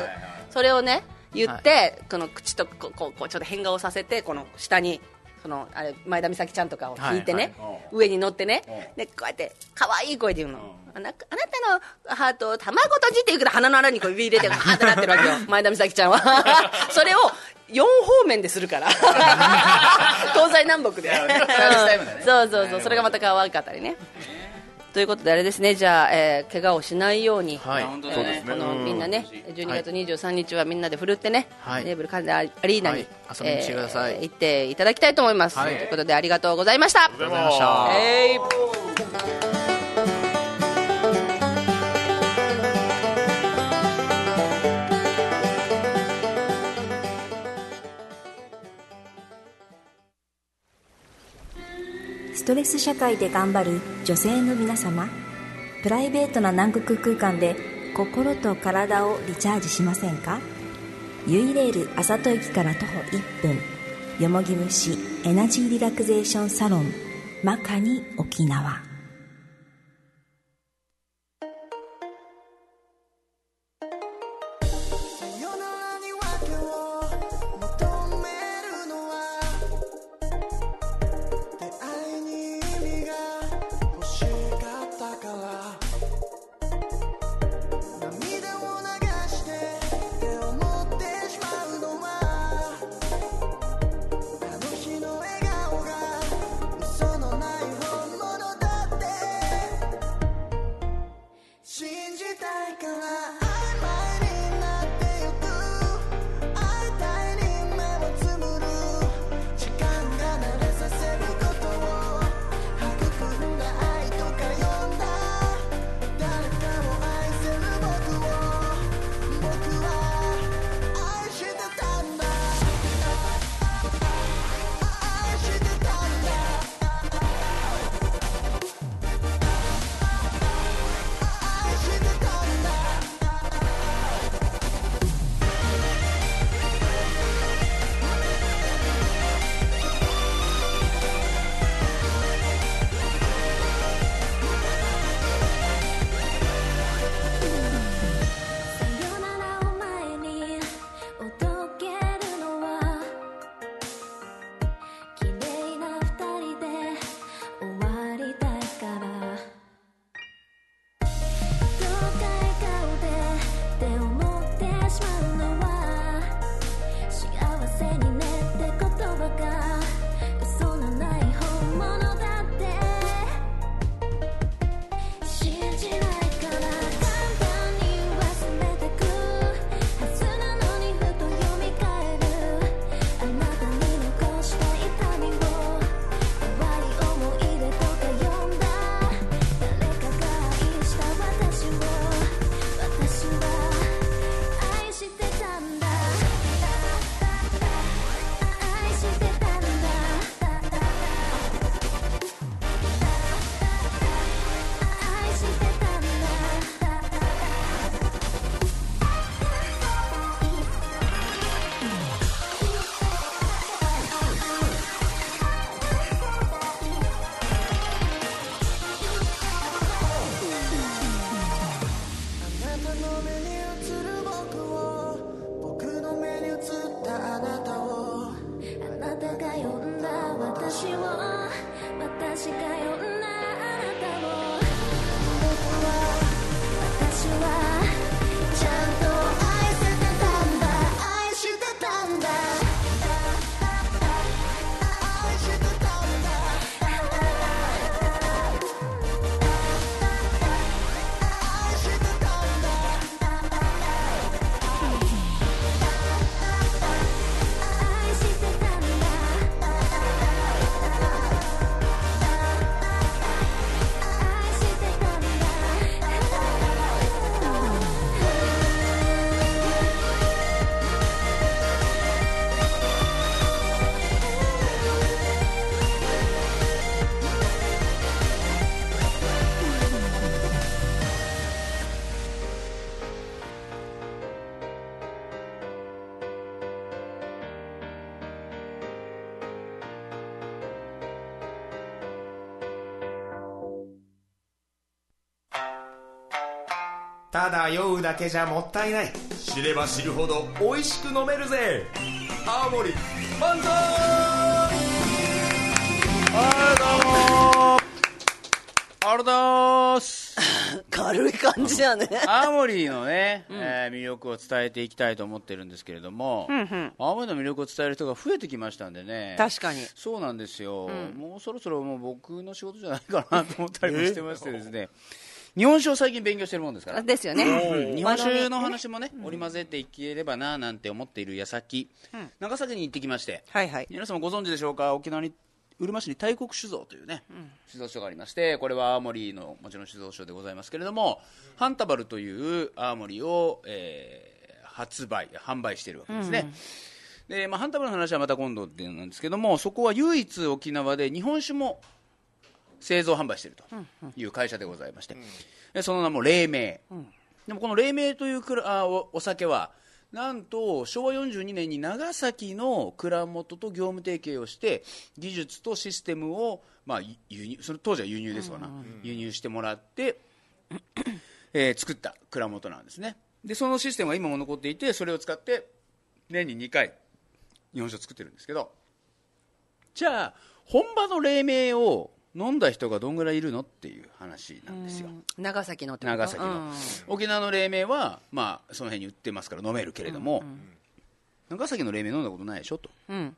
[SPEAKER 3] それをね言って、この口とこうこうこうちょっと変顔させてこの下にそのあれ前田美咲ちゃんとかを引いてね、
[SPEAKER 6] は
[SPEAKER 3] 上に乗ってね、でこうやって可愛い声で言うの、あなあなたのハートを卵とじって言うけど鼻の穴にこう指入れてガーってなってるわけよ前田美咲ちゃんはそれを4方面でするから東西南北で、
[SPEAKER 4] サービスタイムだね
[SPEAKER 3] そうそうそうそれがまた可愛かったりねということであれですねじゃあ、えー怪我をしないように、
[SPEAKER 6] はい
[SPEAKER 4] 本当
[SPEAKER 3] えー
[SPEAKER 4] だね
[SPEAKER 3] このみんなね、12月23日はみんなで振るってね、
[SPEAKER 6] はい
[SPEAKER 3] ネーブルカンデアリーナに、
[SPEAKER 6] はい遊びに来てください
[SPEAKER 3] えー行っていただきたいと思います、
[SPEAKER 6] はい
[SPEAKER 3] ということでありがとうございました
[SPEAKER 6] ありがとうございました
[SPEAKER 3] えい
[SPEAKER 11] ストレス社会で頑張る女性の皆様プライベートな南国空間で心と体をリチャージしませんかユイレールあさと駅から徒歩1分よもぎ蒸しエナジーリラクゼーションサロンまかに沖縄
[SPEAKER 8] 愛に意味が欲しかったから涙を流してって思ってしまうのはあの日の笑顔が嘘のない本物だって信じたいから曖昧になってゆく会いたいに目をつむる時間が慣れさせることを育んだ愛とか呼んだ誰かを愛せる僕を僕は愛してたんだ愛してたんだ愛してたんだ
[SPEAKER 12] さよならを前におどけるのは綺麗な二人で終わりたいからどうか笑顔でって思ってしまうのは幸せにねって言葉が嘘のない本物だって信じないから簡単に忘れてくはずなのにふと読み返るあなたに残した痛みを淡い思い出とか呼んだ誰かが愛した私を私は愛してたんだ愛してたんだ愛してたんだ
[SPEAKER 8] あなたの目に映る僕を僕の目に映ったあなたを
[SPEAKER 12] あなたが呼んだ私を私が呼んだあなたを僕は私はちゃんと愛せてたんだ愛してたんだ愛してたんだ愛してたんだ愛してたんだ愛してたんだ
[SPEAKER 13] ただ酔うだけじゃもったいない知れば知るほど美味しく飲めるぜ青森万歳
[SPEAKER 4] はいどうもありがとうございます
[SPEAKER 3] 軽い感じだね
[SPEAKER 4] 青森のね、えー魅力を伝えていきたいと思ってるんですけれども、
[SPEAKER 3] うんうん
[SPEAKER 4] 青森の魅力を伝える人が増えてきましたんでね
[SPEAKER 3] 確かに
[SPEAKER 4] そうなんですよ、
[SPEAKER 3] うん
[SPEAKER 4] もうそろそろもう僕の仕事じゃないかなと思ったりもしてましてですね日本酒を最近勉強してるもんですから
[SPEAKER 3] ですよね
[SPEAKER 4] うん日本酒の
[SPEAKER 3] 和
[SPEAKER 4] 話もね織り交ぜていければななんて思っている矢先、
[SPEAKER 3] うん
[SPEAKER 4] 長崎に行ってきまして、
[SPEAKER 3] はいはい
[SPEAKER 4] 皆さんもご存知でしょうか沖縄にうるま市に大国酒造というね、酒造所がありましてこれは青森のもちろん酒造所でございますけれども、ハンタバルという青森を、えー発売販売しているわけですね、でまあ、ハンタバルの話はまた今度でなんですけどもそこは唯一沖縄で日本酒も製造販売しているという会社でございまして、でその名も黎明、
[SPEAKER 8] ん
[SPEAKER 4] でもこの黎明というくらあおお酒はなんと昭和42年に長崎の蔵元と業務提携をして技術とシステムを、まあ、輸入その当時は輸入ですわな、
[SPEAKER 10] うんうん
[SPEAKER 4] 輸入してもらって、えー作った蔵元なんですねでそのシステムが今も残っていてそれを使って年に2回日本酒を作ってるんですけどじゃあ本場の黎明を飲んだ人がどんぐらいいるのっていう話なんですよ
[SPEAKER 3] 長崎のってこと
[SPEAKER 4] 長崎の、沖縄の黎明は、まあ、その辺に売ってますから飲めるけれども、長崎の黎明飲んだことないでしょと
[SPEAKER 3] うんうん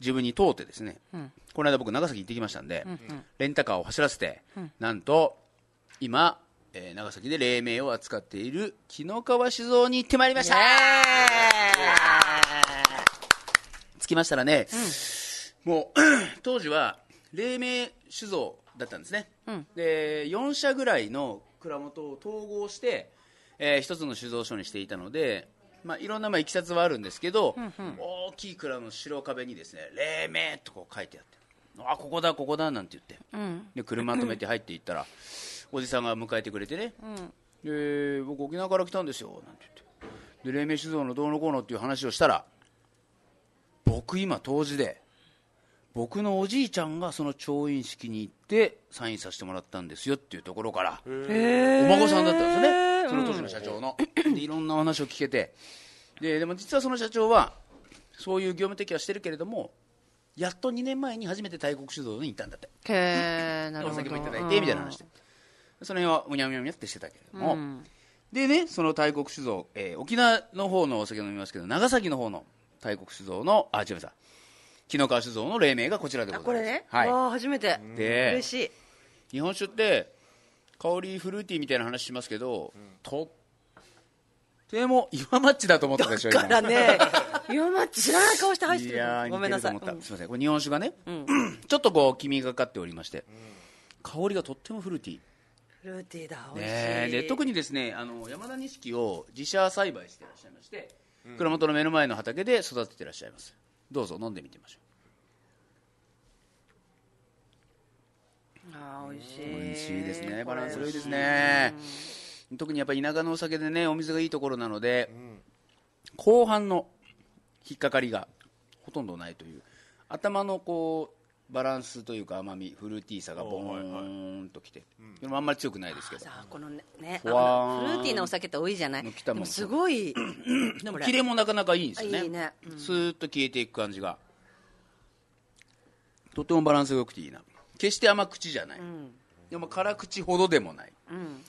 [SPEAKER 4] 自分に問うてですね
[SPEAKER 3] うん
[SPEAKER 4] この間僕長崎行ってきましたんで、
[SPEAKER 3] うん
[SPEAKER 4] レンタカーを走らせて、
[SPEAKER 3] うん
[SPEAKER 4] なんと今、えー長崎で黎明を扱っている紀の川酒造に行ってまいりました着きましたらね、もう 当時は黎明酒造だったんですね、
[SPEAKER 3] うん
[SPEAKER 4] で4社ぐらいの蔵元を統合して、えー一つの酒造所にしていたので、まあ、いろんなまあいきさつはあるんですけど、
[SPEAKER 3] うんうん
[SPEAKER 4] 大きい蔵の白壁にですね「黎明」とこう書いてあって「あここだここだ」なんて言って
[SPEAKER 3] うん
[SPEAKER 4] で車止めて入っていった らおじさんが迎えてくれてね
[SPEAKER 3] うん
[SPEAKER 4] 「で僕沖縄から来たんですよ」なんて言ってで黎明酒造のどうのこうのっていう話をしたら僕今当時で僕のおじいちゃんがその調印式に行ってサインさせてもらったんですよっていうところからお
[SPEAKER 10] ー
[SPEAKER 4] 孫さんだったんですよ
[SPEAKER 10] う
[SPEAKER 4] ね
[SPEAKER 10] ん
[SPEAKER 4] その当時の社長の、でいろんなお話を聞けてででも実はその社長はそういう業務的はしてるけれどもやっと2年前に初めて大国酒造に行ったんだって
[SPEAKER 3] へーなるほ
[SPEAKER 4] お
[SPEAKER 3] ど
[SPEAKER 4] 酒もいただいてみたいな話でその辺はうにゃうにゃうにゃってしてたけれども、
[SPEAKER 3] うん
[SPEAKER 4] でねその大国酒造、えー沖縄の方のお酒飲みますけど長崎の方の大国酒造のあ違いました紀の川酒造の黎明がこちらでございます
[SPEAKER 3] これね、
[SPEAKER 4] はい
[SPEAKER 3] わあ初めて
[SPEAKER 4] で
[SPEAKER 3] 嬉しい
[SPEAKER 4] 日本酒って香りフルーティーみたいな話しますけど、とっても岩マッチだと思ったでしょ
[SPEAKER 3] だから ね今まで知らない顔して入って
[SPEAKER 4] い
[SPEAKER 3] る
[SPEAKER 4] やー
[SPEAKER 3] ごめんなさい
[SPEAKER 4] 似てると思った
[SPEAKER 3] うん
[SPEAKER 4] すみませんこれ日本酒がね、 ちょっとこう黄身がかっておりまして、香りがとってもフルーティー
[SPEAKER 3] フルーティーだ美味しい、
[SPEAKER 4] ねえで特にですねあの山田錦を自社栽培してらっしゃいまして、蔵元の目の前の畑で育ててらっしゃいますどうぞ飲んでみてみましょ
[SPEAKER 3] あー美味し
[SPEAKER 4] う
[SPEAKER 3] い
[SPEAKER 4] 美味しいですねバランス
[SPEAKER 3] これ
[SPEAKER 4] 良いですね特にやっぱり田舎のお酒でねお水がいいところなので、後半の引っかかりがほとんどないという頭のこうバランスというか甘みフルーティーさがボーンときて、でもあんまり強くないですけど
[SPEAKER 3] このねね
[SPEAKER 4] ふ
[SPEAKER 3] あ
[SPEAKER 4] わー
[SPEAKER 3] の
[SPEAKER 4] ん
[SPEAKER 3] フルーティーなお酒って多いじゃない
[SPEAKER 4] きた
[SPEAKER 3] で
[SPEAKER 4] もん
[SPEAKER 3] もすごい
[SPEAKER 4] でも
[SPEAKER 3] これ
[SPEAKER 4] キレもなかなかいいんですよね
[SPEAKER 3] いいねうん
[SPEAKER 4] スーッと消えていく感じがとてもバランスが良くていいな決して甘口じゃない、でも辛口ほどでもない
[SPEAKER 3] うん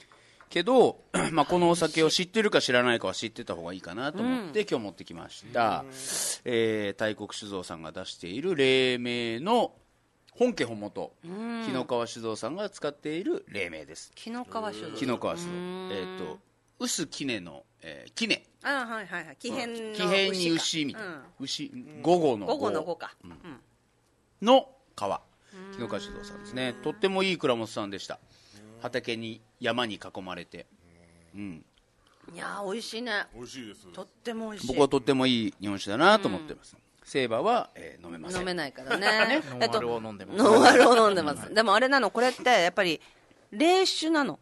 [SPEAKER 4] けど、 まあ、このお酒を知ってるか知らないかは知ってた方がいいかなと思って、
[SPEAKER 10] うん
[SPEAKER 4] 今日持ってきました、えー大国酒造さんが出している黎明の本家本元、
[SPEAKER 3] うん
[SPEAKER 4] 紀の川酒造さんが使っている黎明です
[SPEAKER 3] 紀の川酒造
[SPEAKER 4] 紀の川酒造
[SPEAKER 3] う
[SPEAKER 4] え
[SPEAKER 3] ん
[SPEAKER 4] っ、と臼杵の、えー、杵
[SPEAKER 3] あはいはいはい奇変の牛
[SPEAKER 4] 奇
[SPEAKER 3] か
[SPEAKER 4] 変に牛みたいな、牛午後
[SPEAKER 3] うん
[SPEAKER 4] の
[SPEAKER 3] 午後の午かうん
[SPEAKER 4] の川紀の川酒造さんですねとってもいい蔵元さんでした畑に山に囲まれて、うん、
[SPEAKER 3] いやー美味しいね美味しいですとっても美味しい
[SPEAKER 4] 僕はとってもいい日本酒だなと思ってます、セーバーは、えー飲めません
[SPEAKER 3] 飲めないからね
[SPEAKER 4] ノン
[SPEAKER 3] えっと
[SPEAKER 4] アルを飲んでます
[SPEAKER 3] ノンアルを飲んでますでもあれなのこれってやっぱり冷酒なの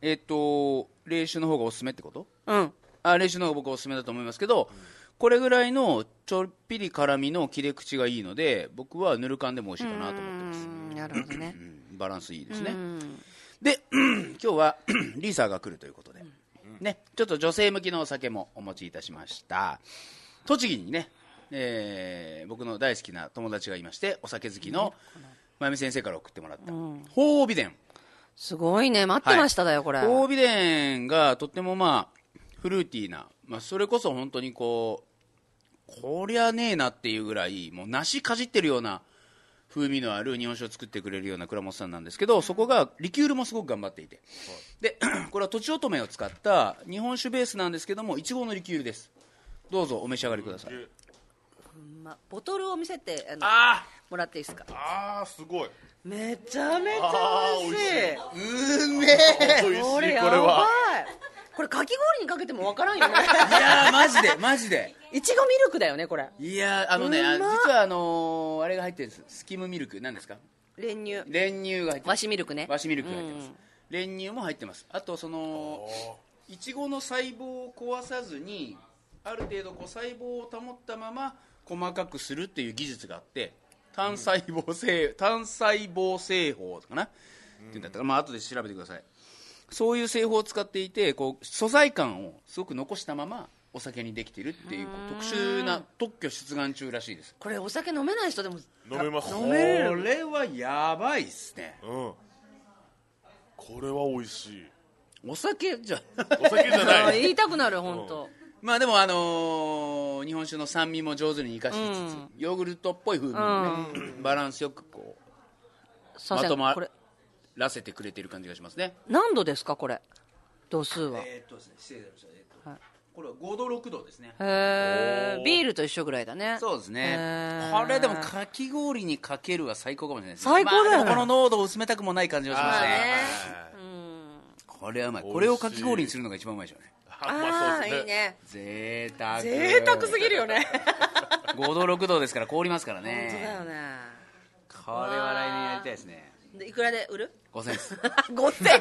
[SPEAKER 4] えっ、と冷酒の方がおすすめってこと
[SPEAKER 3] うん
[SPEAKER 4] あ冷酒の方が僕はおすすめだと思いますけど、これぐらいのちょっぴり辛みの切れ口がいいので僕はぬる感でも美味しいかなと思ってます
[SPEAKER 3] なるほどね
[SPEAKER 4] バランスいいですね、
[SPEAKER 3] うん
[SPEAKER 4] で 今日はリーサーが来るということで、ね、ちょっと女性向きのお酒もお持ちいたしました栃木にね、えー僕の大好きな友達がいましてお酒好きの真由美先生から送ってもらった
[SPEAKER 3] うん
[SPEAKER 4] 褒美伝
[SPEAKER 3] すごいね待ってましただよこれ
[SPEAKER 4] 褒美伝がとってもまあフルーティーな、まあ、それこそ本当にこうこりゃねえなっていうぐらいもう梨かじってるような風味のある日本酒を作ってくれるような倉本さんなんですけどそこがリキュールもすごく頑張っていてで これはとちおとめを使った日本酒ベースなんですけどもいちごのリキュールですどうぞお召し上がりください
[SPEAKER 3] まボトルを見せてあのもらっていいですか
[SPEAKER 2] ああすごい
[SPEAKER 3] めちゃめちゃ美味し
[SPEAKER 2] あー美味し
[SPEAKER 3] い
[SPEAKER 2] いう美味
[SPEAKER 3] め
[SPEAKER 2] し
[SPEAKER 3] え
[SPEAKER 2] い
[SPEAKER 3] これや
[SPEAKER 2] これ
[SPEAKER 3] ば
[SPEAKER 2] はい
[SPEAKER 3] これかき氷にかけてもわからんよ ね
[SPEAKER 4] いやーマジでマジで
[SPEAKER 3] いちごミルクだよねこれ
[SPEAKER 4] いやーあのね、あ
[SPEAKER 3] うまっ
[SPEAKER 4] 実はあのーあれが入ってるんですスキムミルク何ですか
[SPEAKER 3] 練乳
[SPEAKER 4] 練乳が入ってます
[SPEAKER 3] 和紙ミルクね
[SPEAKER 4] 和紙ミルクが入ってます、練乳も入ってますあとそのいちごの細胞を壊さずにある程度こう細胞を保ったまま細かくするっていう技術があって単細胞製、単細胞製法かな、っていうんだったらまあ後で調べてくださいそういう製法を使っていてこう素材感をすごく残したままお酒にできてるっていうこう特殊な特許出願中らしいです
[SPEAKER 3] これお酒飲めない人でも
[SPEAKER 4] 飲めます
[SPEAKER 3] 飲める
[SPEAKER 4] これはやばいっすね
[SPEAKER 2] うんこれは美味しい
[SPEAKER 4] お酒じゃ
[SPEAKER 2] お酒じゃ
[SPEAKER 3] あ
[SPEAKER 2] な
[SPEAKER 3] ー言い
[SPEAKER 2] い
[SPEAKER 3] たくなる本当、
[SPEAKER 4] まあでもあのー日本酒の酸味も上手に生かしつつ、ヨーグルトっぽい風味もね、バランスよくこう
[SPEAKER 3] すいま
[SPEAKER 4] ま
[SPEAKER 3] せん
[SPEAKER 4] とま
[SPEAKER 3] これ
[SPEAKER 4] らせてくれてる感じがしますね
[SPEAKER 3] 何度ですかこれ度数は、
[SPEAKER 4] えーっとですね失礼しました、えーっとこれは5度6度ですね
[SPEAKER 3] へービールと一緒ぐらいだね
[SPEAKER 4] そうですね
[SPEAKER 3] へー
[SPEAKER 4] これでもかき氷にかけるは最高かもしれないですね
[SPEAKER 3] 最高だよね
[SPEAKER 4] まあでもこの濃度を薄めたくもない感じがしますね
[SPEAKER 3] あーね
[SPEAKER 4] これはうまいこれをかき氷にするのが一番うまいでしょうね
[SPEAKER 3] ああーいいね
[SPEAKER 4] 贅沢
[SPEAKER 3] 贅沢すぎるよ ね
[SPEAKER 4] 5度6度ですから凍りますから
[SPEAKER 3] 本当だ
[SPEAKER 4] ね
[SPEAKER 3] よね
[SPEAKER 4] これは来年やりたいですね
[SPEAKER 3] でいくらで 売る
[SPEAKER 4] 5000円です
[SPEAKER 3] 5000円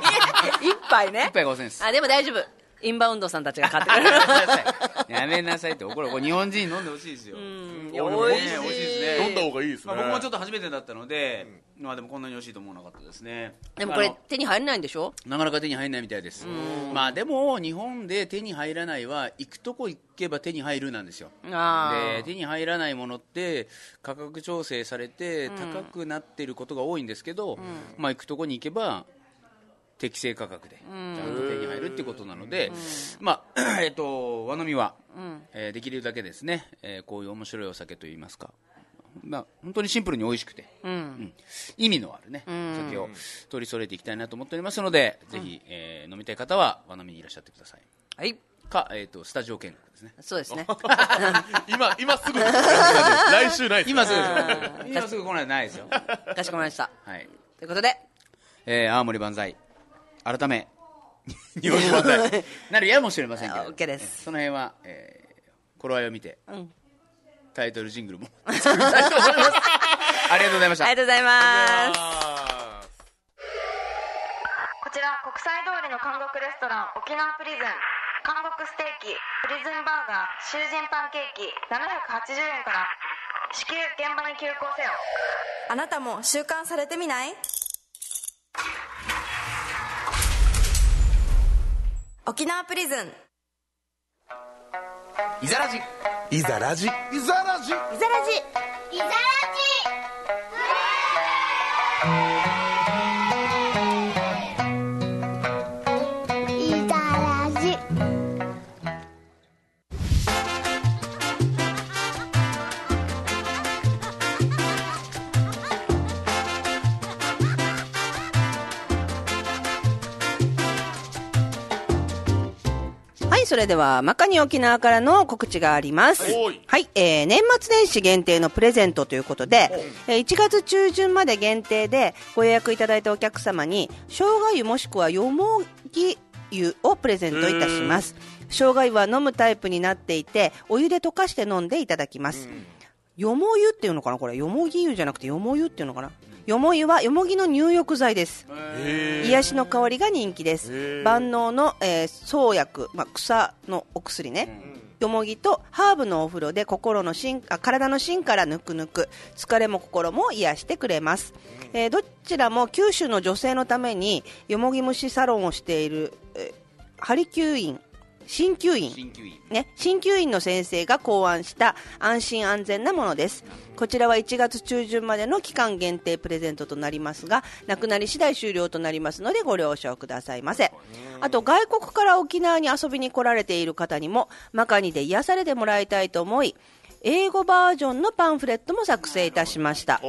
[SPEAKER 3] 一杯ね
[SPEAKER 4] 一杯5000円です
[SPEAKER 3] あでも大丈夫インバウンドさんたちが買ってくれる
[SPEAKER 4] やめなさいって怒るこれ日本人飲んでほしいですよ
[SPEAKER 3] うん
[SPEAKER 4] いやね
[SPEAKER 3] 美味しい
[SPEAKER 4] 美味しいですね
[SPEAKER 2] 飲んだ方がいいですね
[SPEAKER 4] まあ僕もちょっと初めてだったのでまあでもこんなに美味しいと思わなかったですね
[SPEAKER 3] でもこれ
[SPEAKER 4] あの
[SPEAKER 3] 手に入らないんでしょ
[SPEAKER 4] なかなか手に入らないみたいです
[SPEAKER 3] うん
[SPEAKER 4] まあでも日本で手に入らないは行くとこ行けば手に入るなんですよ
[SPEAKER 3] あー
[SPEAKER 4] で手に入らないものって価格調整されて
[SPEAKER 3] うん
[SPEAKER 4] 高くなってることが多いんですけど、まあ行くとこに行けば適正価格でち
[SPEAKER 3] うん
[SPEAKER 4] ゃんと手に入るってことなので、まあ えっと和飲みは、
[SPEAKER 3] うん
[SPEAKER 4] えーできるだけですね、えーこういう面白いお酒といいますか、まあ、本当にシンプルに美味しくて、
[SPEAKER 3] うん
[SPEAKER 4] うん意味のあるね、
[SPEAKER 3] うん
[SPEAKER 4] お酒を取り揃えていきたいなと思っておりますので、ぜひ、えー飲みたい方は和飲みにいらっしゃってください
[SPEAKER 3] はい
[SPEAKER 4] か、えー、とスタジオ見学ですね
[SPEAKER 3] そうですね
[SPEAKER 2] 今今すぐです
[SPEAKER 4] 来
[SPEAKER 2] 週ないです
[SPEAKER 4] 今すぐですよ
[SPEAKER 3] うん
[SPEAKER 4] 今すぐ来ないとない ですよ
[SPEAKER 3] かしこまりました
[SPEAKER 4] はい
[SPEAKER 3] ということで
[SPEAKER 4] えー、青森万歳改め 日本酒万 歳なるやもしれませんけど
[SPEAKER 3] OK です
[SPEAKER 4] その辺は、えー、頃合いを見て
[SPEAKER 3] うん
[SPEAKER 4] タイトルジングルも 作りたいと思いますありがとうございました
[SPEAKER 3] ありがとうございます
[SPEAKER 5] こちら国際通りの韓国レストラン沖縄プリズン韓国ステーキプリズンバーガー囚人パンケーキ780円から至急現場に急行せよ
[SPEAKER 11] あなたも習慣されてみない沖縄プリズン
[SPEAKER 4] イザラジ
[SPEAKER 1] イザラジイザラジ
[SPEAKER 11] イザラジ
[SPEAKER 12] イザラジイザラジ
[SPEAKER 3] はい、それでは、マカニ沖縄からの告知があります。はい、えー年末年始限定のプレゼントということで、えー1月中旬まで限定でご予約いただいたお客様に、生姜湯もしくはよもぎ湯をプレゼントいたします。生姜湯は飲むタイプになっていて、お湯で溶かして飲んでいただきます。よも湯っていうのかなこれ、よもぎ湯じゃなくてよも湯っていうのかなよも湯はよもぎの入浴剤です。癒しの香りが人気です万能の、えー草薬、まあ、草のお薬ね、よもぎとハーブのお風呂で心の芯あ体の芯からぬくぬく疲れも心も癒してくれます、えーどちらも九州の女性のためによもぎ蒸しサロンをしている、えー、ハリキュー院鍼灸院
[SPEAKER 4] 鍼灸院
[SPEAKER 3] ね、鍼灸院の先生が考案した安心安全なものですこちらは1月中旬までの期間限定プレゼントとなりますがなくなり次第終了となりますのでご了承くださいませあと外国から沖縄に遊びに来られている方にもマカニで癒されてもらいたいと思い英語バージョンのパンフレットも作成いたしました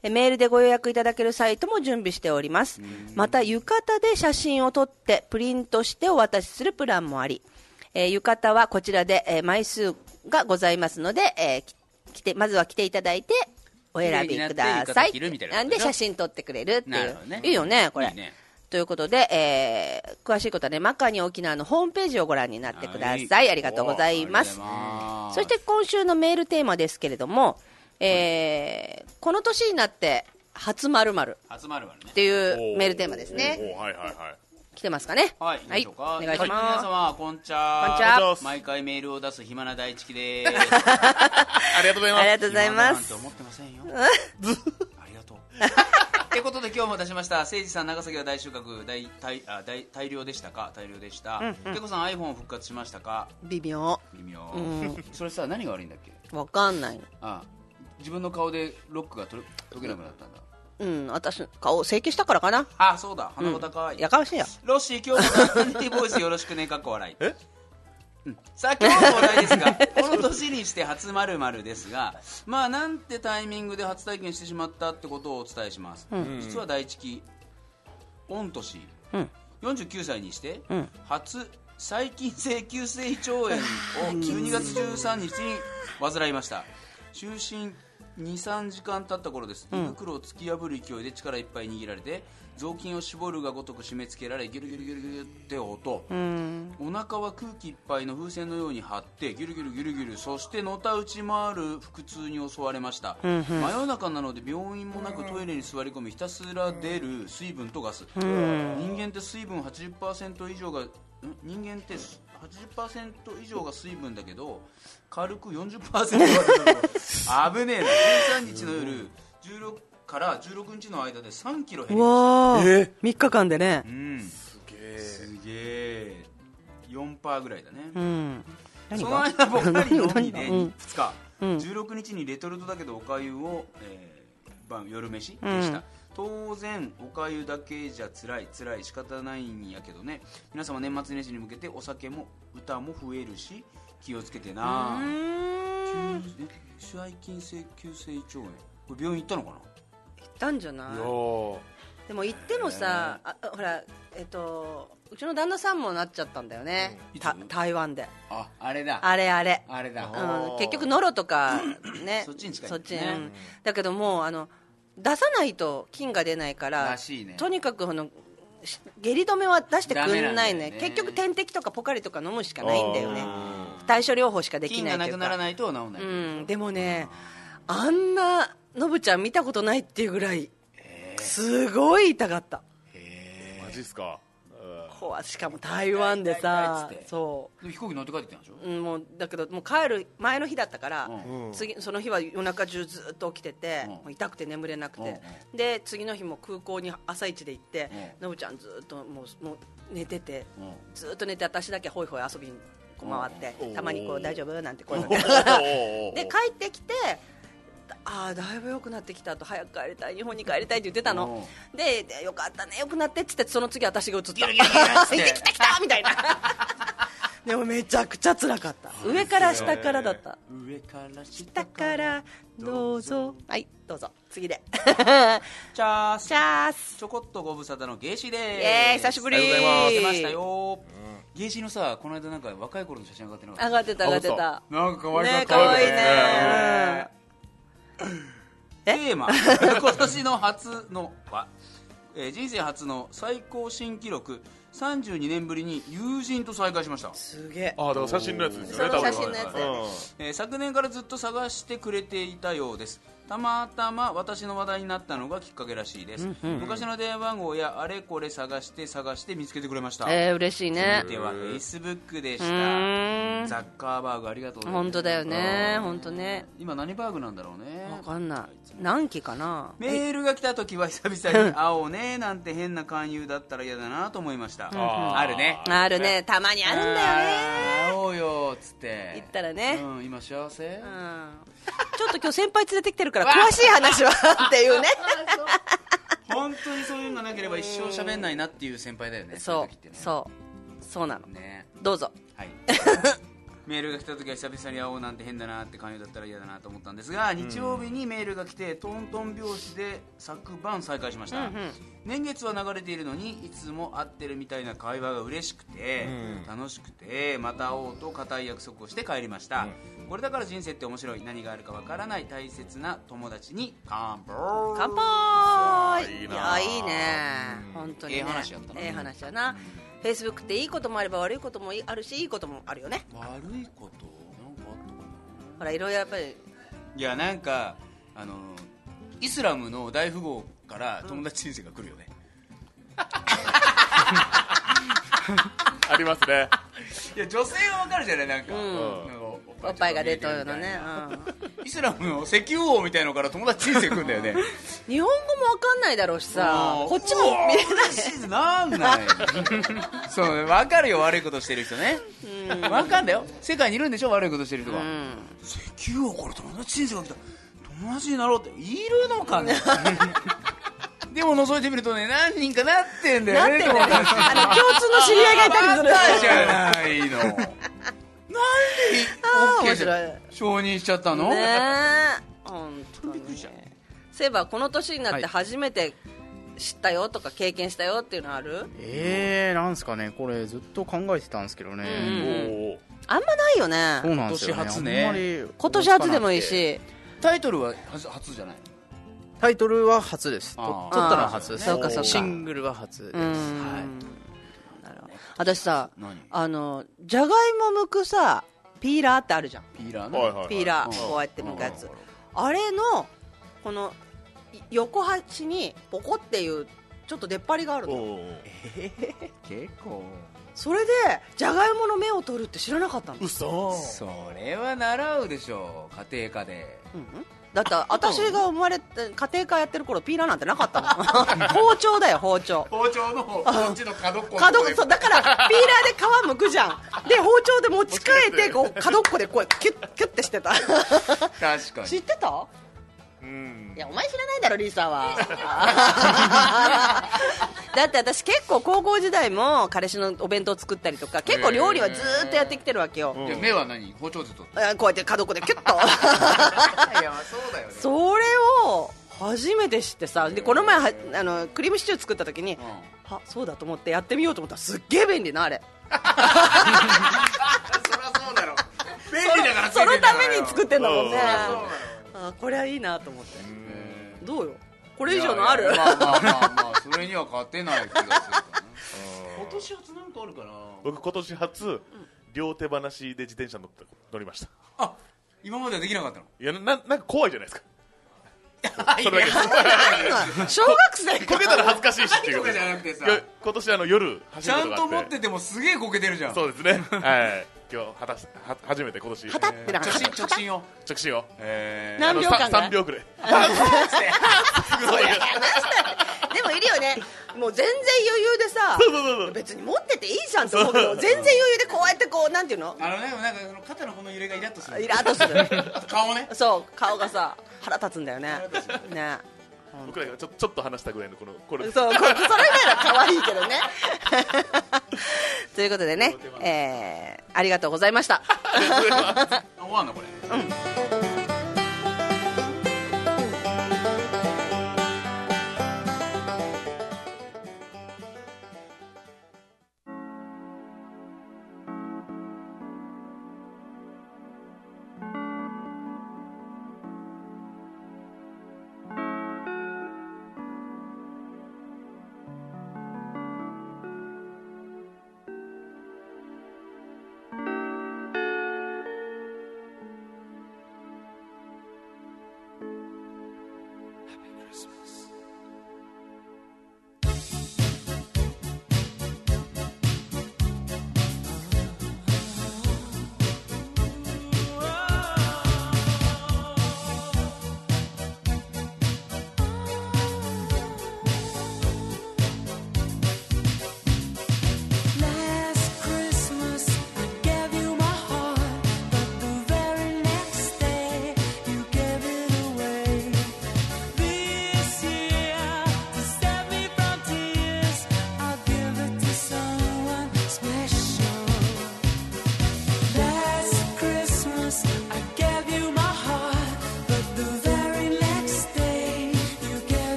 [SPEAKER 3] えメールでご予約いただけるサイトも準備しておりますまた浴衣で写真を撮ってプリントしてお渡しするプランもあり、えー浴衣はこちらで、えー枚数がございますので、えーき来てまずは来ていただいてお選びください
[SPEAKER 4] 綺麗になって浴衣着るみたいなこ
[SPEAKER 3] な
[SPEAKER 4] と
[SPEAKER 3] ん
[SPEAKER 4] でし
[SPEAKER 3] で
[SPEAKER 4] ょ
[SPEAKER 3] 写真撮ってくれるって
[SPEAKER 4] ないる
[SPEAKER 3] う
[SPEAKER 4] ほどね
[SPEAKER 3] いいよねこれ
[SPEAKER 4] いいね
[SPEAKER 3] ということで、えー詳しいことはねマカニ沖縄のホームページをご覧になってください、ありがとうございますそして今週のメールテーマですけれども、えーこの年になって初まる
[SPEAKER 4] 集まるわね
[SPEAKER 3] っていうメールテーマですね
[SPEAKER 2] おーおーはいはいはい
[SPEAKER 3] 来てますかね
[SPEAKER 4] はい、
[SPEAKER 3] はい、
[SPEAKER 4] お
[SPEAKER 3] お
[SPEAKER 4] 願
[SPEAKER 3] 願
[SPEAKER 4] い
[SPEAKER 3] い
[SPEAKER 4] し
[SPEAKER 3] し
[SPEAKER 4] ま。
[SPEAKER 3] ますす、
[SPEAKER 4] 皆様、こんちゃ
[SPEAKER 3] こんちゃ
[SPEAKER 4] 毎回メールを出す暇な大地きです。
[SPEAKER 2] ありがとうございます
[SPEAKER 3] ありがとうござい
[SPEAKER 4] 暇だ
[SPEAKER 3] ます
[SPEAKER 4] なんて思ってませんよ。
[SPEAKER 3] ず
[SPEAKER 4] ありが とう。ってことで今日も出しました。誠司さん長崎は大収穫大大あ大大量でしたか大量でした
[SPEAKER 3] うん。うん
[SPEAKER 4] けこさん iPhone 復活しましたか。
[SPEAKER 3] 微妙
[SPEAKER 4] 微妙
[SPEAKER 3] うん。
[SPEAKER 4] それさ何が悪いんだっけ。
[SPEAKER 3] わかんない
[SPEAKER 4] あ自分の顔でロックがとれ解けなくなったんだ。
[SPEAKER 3] うん私顔整形したからかな
[SPEAKER 4] あそうだ鼻ごたかわいい
[SPEAKER 3] やかましいよ
[SPEAKER 4] ロッシー、今日もダンディボーイスよろしくね、かっこ笑い。えさあ、今日の話題ですが、この年にして初まるですが、まあ、なんてタイミングで初体験してしまったってことをお伝えします。
[SPEAKER 3] うん
[SPEAKER 4] 実は第一期、御年、
[SPEAKER 3] うん
[SPEAKER 4] 49歳にして、
[SPEAKER 3] うん
[SPEAKER 4] 初細菌性急性胃腸炎を12月13日に患いました就寝23時間経った頃です
[SPEAKER 3] うん
[SPEAKER 4] 胃袋を突き破る勢いで力いっぱい握られて雑巾を絞るがごとく締め付けられギュルギュルギュルギュルって音
[SPEAKER 3] うん
[SPEAKER 4] お腹は空気いっぱいの風船のように張ってギュルギュルギュルギュルそしてのたうち回る腹痛に襲われました、
[SPEAKER 3] うんうん
[SPEAKER 4] 真夜中なので病院もなくトイレに座り込みひたすら出る水分とガス、
[SPEAKER 3] うん
[SPEAKER 4] 人間って水分80%以上がん人間って80%以上が水分だけど軽く40%は水分 危ねえな13日の夜16から16日の間で3キロ減
[SPEAKER 3] う
[SPEAKER 4] りま
[SPEAKER 3] わ
[SPEAKER 4] した
[SPEAKER 3] ー、三3日間でね
[SPEAKER 4] うん、すげえすげえ4%ぐらいだね、
[SPEAKER 3] うん何
[SPEAKER 4] そ
[SPEAKER 3] が
[SPEAKER 4] の間ばっかり飲みで
[SPEAKER 3] 何がうん
[SPEAKER 4] 2日、
[SPEAKER 3] うん
[SPEAKER 4] 16日にレトルトだけどおかゆを、えー晩夜飯で
[SPEAKER 3] うん
[SPEAKER 4] した、当然おかゆだけじゃ辛い辛い仕方ないんやけどね皆様年末年始に向けてお酒も歌も増えるし気をつけてな急え細菌性急性胃腸炎これ病院行ったのか
[SPEAKER 3] 行ったんじゃない
[SPEAKER 4] なー
[SPEAKER 3] でも行ってもさ、ああほらえっ、とうちの旦那さんもなっちゃったんだよね、た台湾で
[SPEAKER 4] ああれだ
[SPEAKER 3] あれあれ
[SPEAKER 4] あれだ
[SPEAKER 3] うん、結局ノロとかね
[SPEAKER 4] そっちに近い
[SPEAKER 3] そっち、
[SPEAKER 4] ね
[SPEAKER 3] うんだけどもうあの出さないと菌が出ないから
[SPEAKER 4] らしいね
[SPEAKER 3] とにかくこのし下痢止めは出してくん
[SPEAKER 4] ダメ
[SPEAKER 3] な
[SPEAKER 4] なん
[SPEAKER 3] い
[SPEAKER 4] だよ
[SPEAKER 3] ね
[SPEAKER 4] ね
[SPEAKER 3] 結局点滴とかポカリとか飲むしかないんだよね対処療法しかでき
[SPEAKER 4] 菌
[SPEAKER 3] ない
[SPEAKER 4] がな
[SPEAKER 3] という
[SPEAKER 4] く
[SPEAKER 3] か
[SPEAKER 4] ならないと治んない、
[SPEAKER 3] うん、でもねあんなのぶちゃん見たことないっていうぐらいすごい痛かった
[SPEAKER 2] マジっすか
[SPEAKER 3] 怖いしかも台湾で
[SPEAKER 4] 痛
[SPEAKER 3] さ
[SPEAKER 4] い痛い痛いっつって
[SPEAKER 3] そ
[SPEAKER 4] でも飛行機乗って帰ってきたんでしょ
[SPEAKER 3] う、うん、もうだけどもう帰る前の日だったから、
[SPEAKER 4] うん
[SPEAKER 3] 次その日は夜中中ずっと起きてて、もう痛くて眠れなくて、で次の日も空港に朝一で行って、のぶちゃんずっともうもう寝てて、ずっと寝て私だけホイホイ遊びにこう回って、
[SPEAKER 12] うん
[SPEAKER 3] たまにこ
[SPEAKER 12] お
[SPEAKER 3] う
[SPEAKER 12] ー
[SPEAKER 3] 大丈夫なんて声か
[SPEAKER 12] お
[SPEAKER 3] け
[SPEAKER 12] ー
[SPEAKER 3] ながら
[SPEAKER 12] おーおー
[SPEAKER 3] で帰ってきてああだいぶ良くなってきたと早く帰りたい日本に帰りたいって言ってたのででよかったね良くなってっつってその次私が映ったギ
[SPEAKER 12] つって
[SPEAKER 3] 来た来たみたいなでもめちゃくちゃ辛かった上から下からだった
[SPEAKER 4] 上から下
[SPEAKER 3] だからどうぞはいどうぞ次 で
[SPEAKER 4] チャース
[SPEAKER 3] チャース
[SPEAKER 4] ちょこっとご無沙汰のゲイシーです
[SPEAKER 3] イエーイ久しぶり
[SPEAKER 4] ありがとうございます出ましたよ、ゲイシーのさこの間なんか若い頃の写真上がってなかった
[SPEAKER 3] 上がってた上がってた
[SPEAKER 4] なんか可愛か
[SPEAKER 3] ねえ
[SPEAKER 4] った
[SPEAKER 3] 可愛いね
[SPEAKER 4] テーマ今年の初のは、えー人生初の最高新記録32年ぶりに友人と再会しました
[SPEAKER 3] すげえ
[SPEAKER 2] あだから写真のやつですよね多分
[SPEAKER 4] えー昨年からずっと探してくれていたようですたまたま私の話題になったのがきっかけらしいです、
[SPEAKER 3] うんうん
[SPEAKER 4] 昔の電話番号やあれこれ探して探して見つけてくれました
[SPEAKER 3] えー嬉しいね
[SPEAKER 4] 続いてはフェイスブックでした
[SPEAKER 3] うーん
[SPEAKER 4] ザッカーバーグありがとうございます
[SPEAKER 3] 本当だよね
[SPEAKER 4] うん
[SPEAKER 3] 本当ね
[SPEAKER 4] 今何バーグなんだろうね
[SPEAKER 3] わかんない何期かな
[SPEAKER 4] メールが来た時は 久々に会おうねなんて変な勧誘だったら嫌だなと思いました
[SPEAKER 3] うんうん
[SPEAKER 4] あるね
[SPEAKER 3] あるねたまにあるんだよね
[SPEAKER 4] 会おうよっつって
[SPEAKER 3] 言ったらね
[SPEAKER 4] うん今幸せうん
[SPEAKER 3] ちょっと今日先輩連れてきてるから詳しい話はってい うね
[SPEAKER 4] 本当にそういうのなければ一生喋んないなっていう先輩だよね
[SPEAKER 3] そうそうそうなのどうぞ
[SPEAKER 4] はい メールが来た時は久々に会おうなんて変だなって勧誘だったら嫌だなと思ったんですが日曜日にメールが来てトントン拍子で昨晩再開しました、
[SPEAKER 12] うんうん
[SPEAKER 4] 年月は流れているのにいつも会ってるみたいな会話が嬉しくて、楽しくてまた会おうと固い約束をして帰りました、これだから人生って面白い何があるかわからない大切な友達に乾杯
[SPEAKER 3] 乾杯
[SPEAKER 4] い
[SPEAKER 3] い
[SPEAKER 4] いな
[SPEAKER 3] やいいね本当にね
[SPEAKER 4] ええ話やったな
[SPEAKER 3] ええ話やなフェイスブックっていいこともあれば悪いこともあるしいいこともあるよね
[SPEAKER 4] 悪いことなんかあったかな
[SPEAKER 3] ほらいろいろやっぱり
[SPEAKER 4] いやなんかあのイスラムの大富豪から友達人生が来るよね、
[SPEAKER 2] ありますね
[SPEAKER 4] いや女性はわかるじゃないなんか、
[SPEAKER 3] うん
[SPEAKER 4] なんか
[SPEAKER 3] おっぱいが出とるのね、
[SPEAKER 4] イスラムの石油王みたいのから友達人生組んだよね
[SPEAKER 3] うん、日本語もわかんないだろうしさ
[SPEAKER 4] うん
[SPEAKER 3] こっちも見れない
[SPEAKER 4] なんないそうわかるよ悪いことしてる人ねわかんだよ世界にいるんでしょ悪いことしてる人が、石油王から友達人生が来た友達になろうっているのかねでも覗いてみるとね何人かなってんだよね
[SPEAKER 3] なってんだよね
[SPEAKER 4] 友達
[SPEAKER 3] あの共通の知り合いがいたりする
[SPEAKER 4] あったじゃないのなんで
[SPEAKER 3] あー
[SPEAKER 4] OK
[SPEAKER 3] 面白い
[SPEAKER 4] 承認しちゃったの、
[SPEAKER 3] ねえ本当にそういえばこの年になって初めて知ったよとか経験したよっていうのある、
[SPEAKER 6] えー、なんすかねこれずっと考えてたんですけどね、
[SPEAKER 3] あんまないよね
[SPEAKER 6] そうなんですよ、ね、
[SPEAKER 4] 今年初ね
[SPEAKER 6] あんまり
[SPEAKER 3] 今年初でもいいし
[SPEAKER 4] タイトルは初初じゃない
[SPEAKER 6] タイトルは初ですと
[SPEAKER 4] あー
[SPEAKER 6] 撮ったのは初です
[SPEAKER 3] そうかそうか
[SPEAKER 6] シングルは初です、
[SPEAKER 3] うーん
[SPEAKER 6] は
[SPEAKER 3] 私さ
[SPEAKER 4] 何
[SPEAKER 3] あのじゃがいも剥くさピーラーってあるじゃん
[SPEAKER 4] ピーラー
[SPEAKER 2] はい
[SPEAKER 4] ね
[SPEAKER 2] はいはい
[SPEAKER 3] ピーラーこうやって剥くやつあれのこのい横端にポコっていうちょっと出っ張りがある
[SPEAKER 2] お
[SPEAKER 3] の
[SPEAKER 2] ー
[SPEAKER 4] 結構
[SPEAKER 3] それでじゃがいもの芽を取るって知らなかったの
[SPEAKER 2] うそ
[SPEAKER 4] それは習うでしょう家庭科で
[SPEAKER 3] だって私が生まれて家庭科やってる頃ピーラーなんてなかった の包丁だよ包丁
[SPEAKER 4] 包丁のこっちの角っこ
[SPEAKER 3] 角そうだからピーラーで皮むくじゃんで包丁で持ち替えてこう角っこでこうキュッキュッてしてた
[SPEAKER 4] 確かに
[SPEAKER 3] 知ってた
[SPEAKER 2] うん
[SPEAKER 3] いやお前知らないだろリー サはだって私結構高校時代も彼氏のお弁当作ったりとか結構料理はずーっとやってきてるわけよ、
[SPEAKER 4] で目は何包丁で取っ
[SPEAKER 3] あこうやって角っこでキュッと
[SPEAKER 4] たいやそうだよね
[SPEAKER 3] それを初めて知ってさでこの前はあのクリームシチュー作った時に、あそうだと思ってやってみようと思ったらすっげえ便利なあれ
[SPEAKER 4] そりゃそうだろ便利だから
[SPEAKER 3] そのために作ってんだもんね
[SPEAKER 2] うん
[SPEAKER 3] あこれはいいなと思ってどうよこれ以上のある
[SPEAKER 4] まあまあまあまあそれには勝てない気がするからね今年初なんかあるかな
[SPEAKER 2] 僕今年初両手放しで自転車乗った乗りました
[SPEAKER 4] あ今まではできなかったの
[SPEAKER 2] いやなななんか怖いじゃないですかそれだけです
[SPEAKER 3] 小学生か
[SPEAKER 2] こけたら恥ずかしいしってい
[SPEAKER 4] と
[SPEAKER 2] う
[SPEAKER 4] かじゃなくてさ
[SPEAKER 2] いや今年あの夜
[SPEAKER 4] ち
[SPEAKER 2] 走る
[SPEAKER 4] ゃ
[SPEAKER 2] こ
[SPEAKER 4] ん
[SPEAKER 2] が
[SPEAKER 4] と
[SPEAKER 2] あ
[SPEAKER 4] 持っててもすげえこけてるじゃん
[SPEAKER 2] そうですねはい今日果たしは初めて今年
[SPEAKER 3] はたってな
[SPEAKER 4] 直 進直進を
[SPEAKER 2] 着信を
[SPEAKER 4] え
[SPEAKER 3] 何秒間が
[SPEAKER 2] 3秒くらい
[SPEAKER 3] でもいるよねもう全然余裕でさ
[SPEAKER 2] そうそうそう
[SPEAKER 3] 別に持ってていいじゃんって思うけど全然余裕でこうやってこうなんていうの
[SPEAKER 4] ーあのねなんかその肩のこの揺れがイラッとする
[SPEAKER 3] イラッと する
[SPEAKER 4] あと顔ね
[SPEAKER 3] そう顔がさ腹立つんだよねね
[SPEAKER 2] 僕らがちょちょっと話したぐらいのこのこれ
[SPEAKER 3] そうこそれぐらいは可愛いけどねということでね、えーありがとうございました
[SPEAKER 4] 終わんのこれ
[SPEAKER 14] 「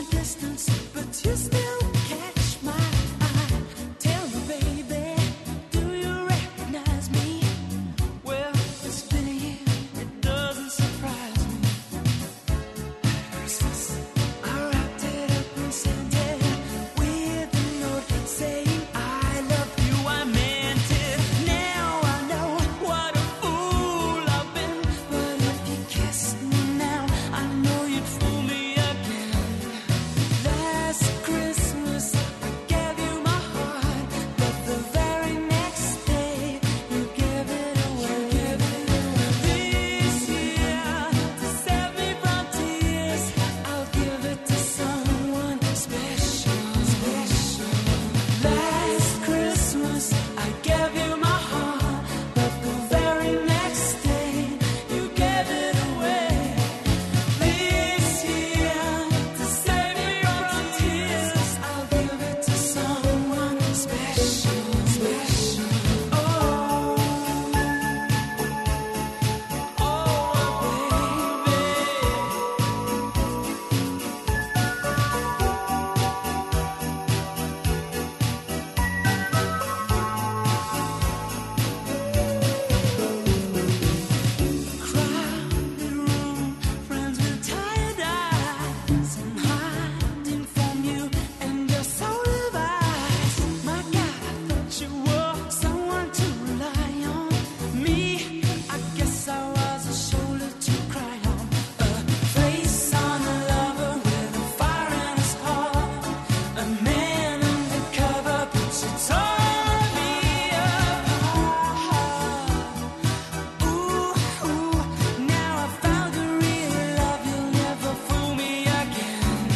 [SPEAKER 12] You still catch my eye. Tell me, baby, do you recognize me? Well, it's been a year. It doesn't surprise me. Christmas, I wrapped it up and sent it with a note saying I love you. I meant it. Now I know what a fool I've been. But if you kissed me now, I know you'd fool me again. Last Christmas, I gave you my heart, but the very next day you gave it away. This year, to save me from tears, I'll give it to someone special. Special. Last Christmas, I gave you my heart, but the very next day you gave it away. This year, to save me from tears, I'll give it to someone special. Special. Oh. Friends with tired eyes, I'm hiding from you and your soul device. My God, I thought you were someone to rely on. Me, I guess I was a shoulder to cry on. A face on a lover with a fire in his heart. A man undercover, but you tore me apart. Now I found the real love, you'll never fool me again.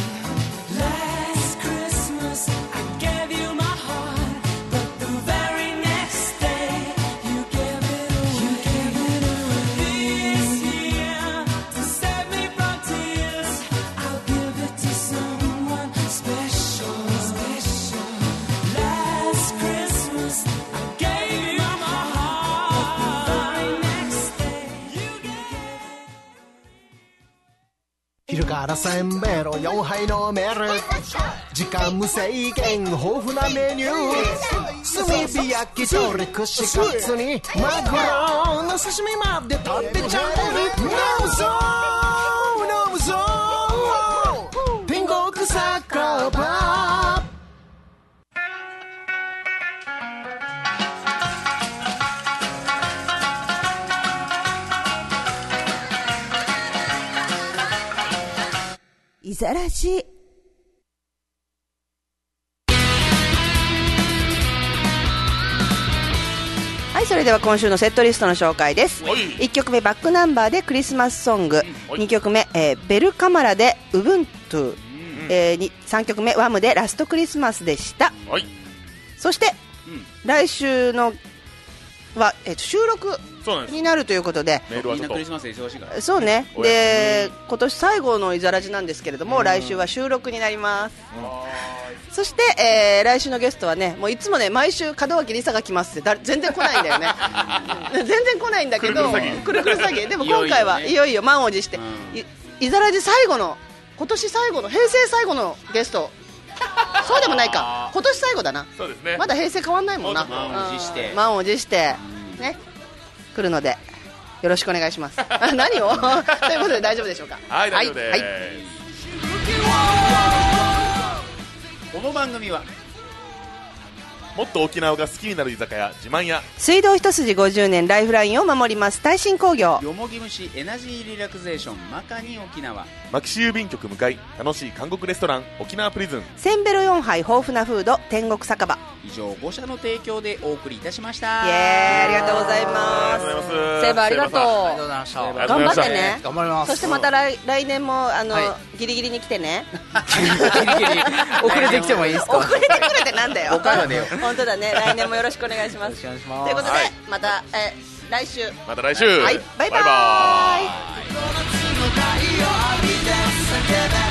[SPEAKER 12] Last Christmas I gave you my heart, but the very next day you gave it away. This year to save me from tears, I'll give it to someone special. Special. Last Christmas I gave you my heart, but the very next day.
[SPEAKER 7] 昼からせんべろ4杯飲める時間無制限豊富なメニュー炭火焼き鳥串カツにマグロの刺身まで食べちゃう飲むぞ飲むぞ天国サッカーパー
[SPEAKER 15] いざらし。
[SPEAKER 3] はい、それでは今週のセットリストの紹介です。1曲目、バックナンバーでクリスマスソング。2曲目、えーベルカマラでウブントゥ。えーに3曲目、ワムでラストクリスマスでした。そして、来週のは、えーと収録
[SPEAKER 4] そうなんです
[SPEAKER 3] になるということで、
[SPEAKER 4] みんなクリスマスで忙しいから
[SPEAKER 3] そうね。
[SPEAKER 4] おや
[SPEAKER 3] で、今年最後のいざらじなんですけれども、来週は収録になります。そして、えー来週のゲストはね、もういつもね、毎週門脇梨沙が来ますってだ、全然来ないんだよ ね。全然来ないんだけど、くるくる詐欺。でも今回はい
[SPEAKER 16] い
[SPEAKER 3] いよいよ満を持して、いいざらじ最後の、今年最後の、平成最後のゲス ト。そうでもないか。今年最後だな。
[SPEAKER 2] そうですね
[SPEAKER 3] まだ平成変わんないもんな。
[SPEAKER 4] 満を持して
[SPEAKER 3] うん満を持して、ね、来るので、よろしくお願いします。あ何を ということで大丈夫でしょうか。
[SPEAKER 4] はい大丈夫です
[SPEAKER 3] はい
[SPEAKER 4] この番組は
[SPEAKER 2] もっと沖縄が好きになる居酒屋自慢屋
[SPEAKER 3] 水道一筋50年ライフラインを守ります耐震工業
[SPEAKER 4] よもぎ虫エナジーリラクゼーションマカニ沖縄
[SPEAKER 2] 牧師郵便局向かい楽しい韓国レストラン沖縄プリズン
[SPEAKER 3] せんべろ4杯豊富なフード天国酒場
[SPEAKER 4] 以上5社の提供でお送りいたしました
[SPEAKER 3] イエーイありがとうございますセイバーありがとう
[SPEAKER 6] ありがとうございました
[SPEAKER 3] 頑張ってね
[SPEAKER 6] 頑張ります
[SPEAKER 3] そしてまた来来年もあの、
[SPEAKER 6] は
[SPEAKER 3] ギリギリに来てね
[SPEAKER 6] 遅れてきてもいいですか
[SPEAKER 3] 遅れてくるってなん だよ
[SPEAKER 6] 誤解はねえよ
[SPEAKER 3] 本当だね来年もよろしくお願いします
[SPEAKER 6] お願いし
[SPEAKER 3] とい
[SPEAKER 6] ま
[SPEAKER 3] う
[SPEAKER 6] す
[SPEAKER 3] ことで、また、えー来週
[SPEAKER 2] また来週
[SPEAKER 3] はいバイバ
[SPEAKER 2] バイバ
[SPEAKER 3] イ
[SPEAKER 2] ーイ
[SPEAKER 12] 太陽浴びて叫べ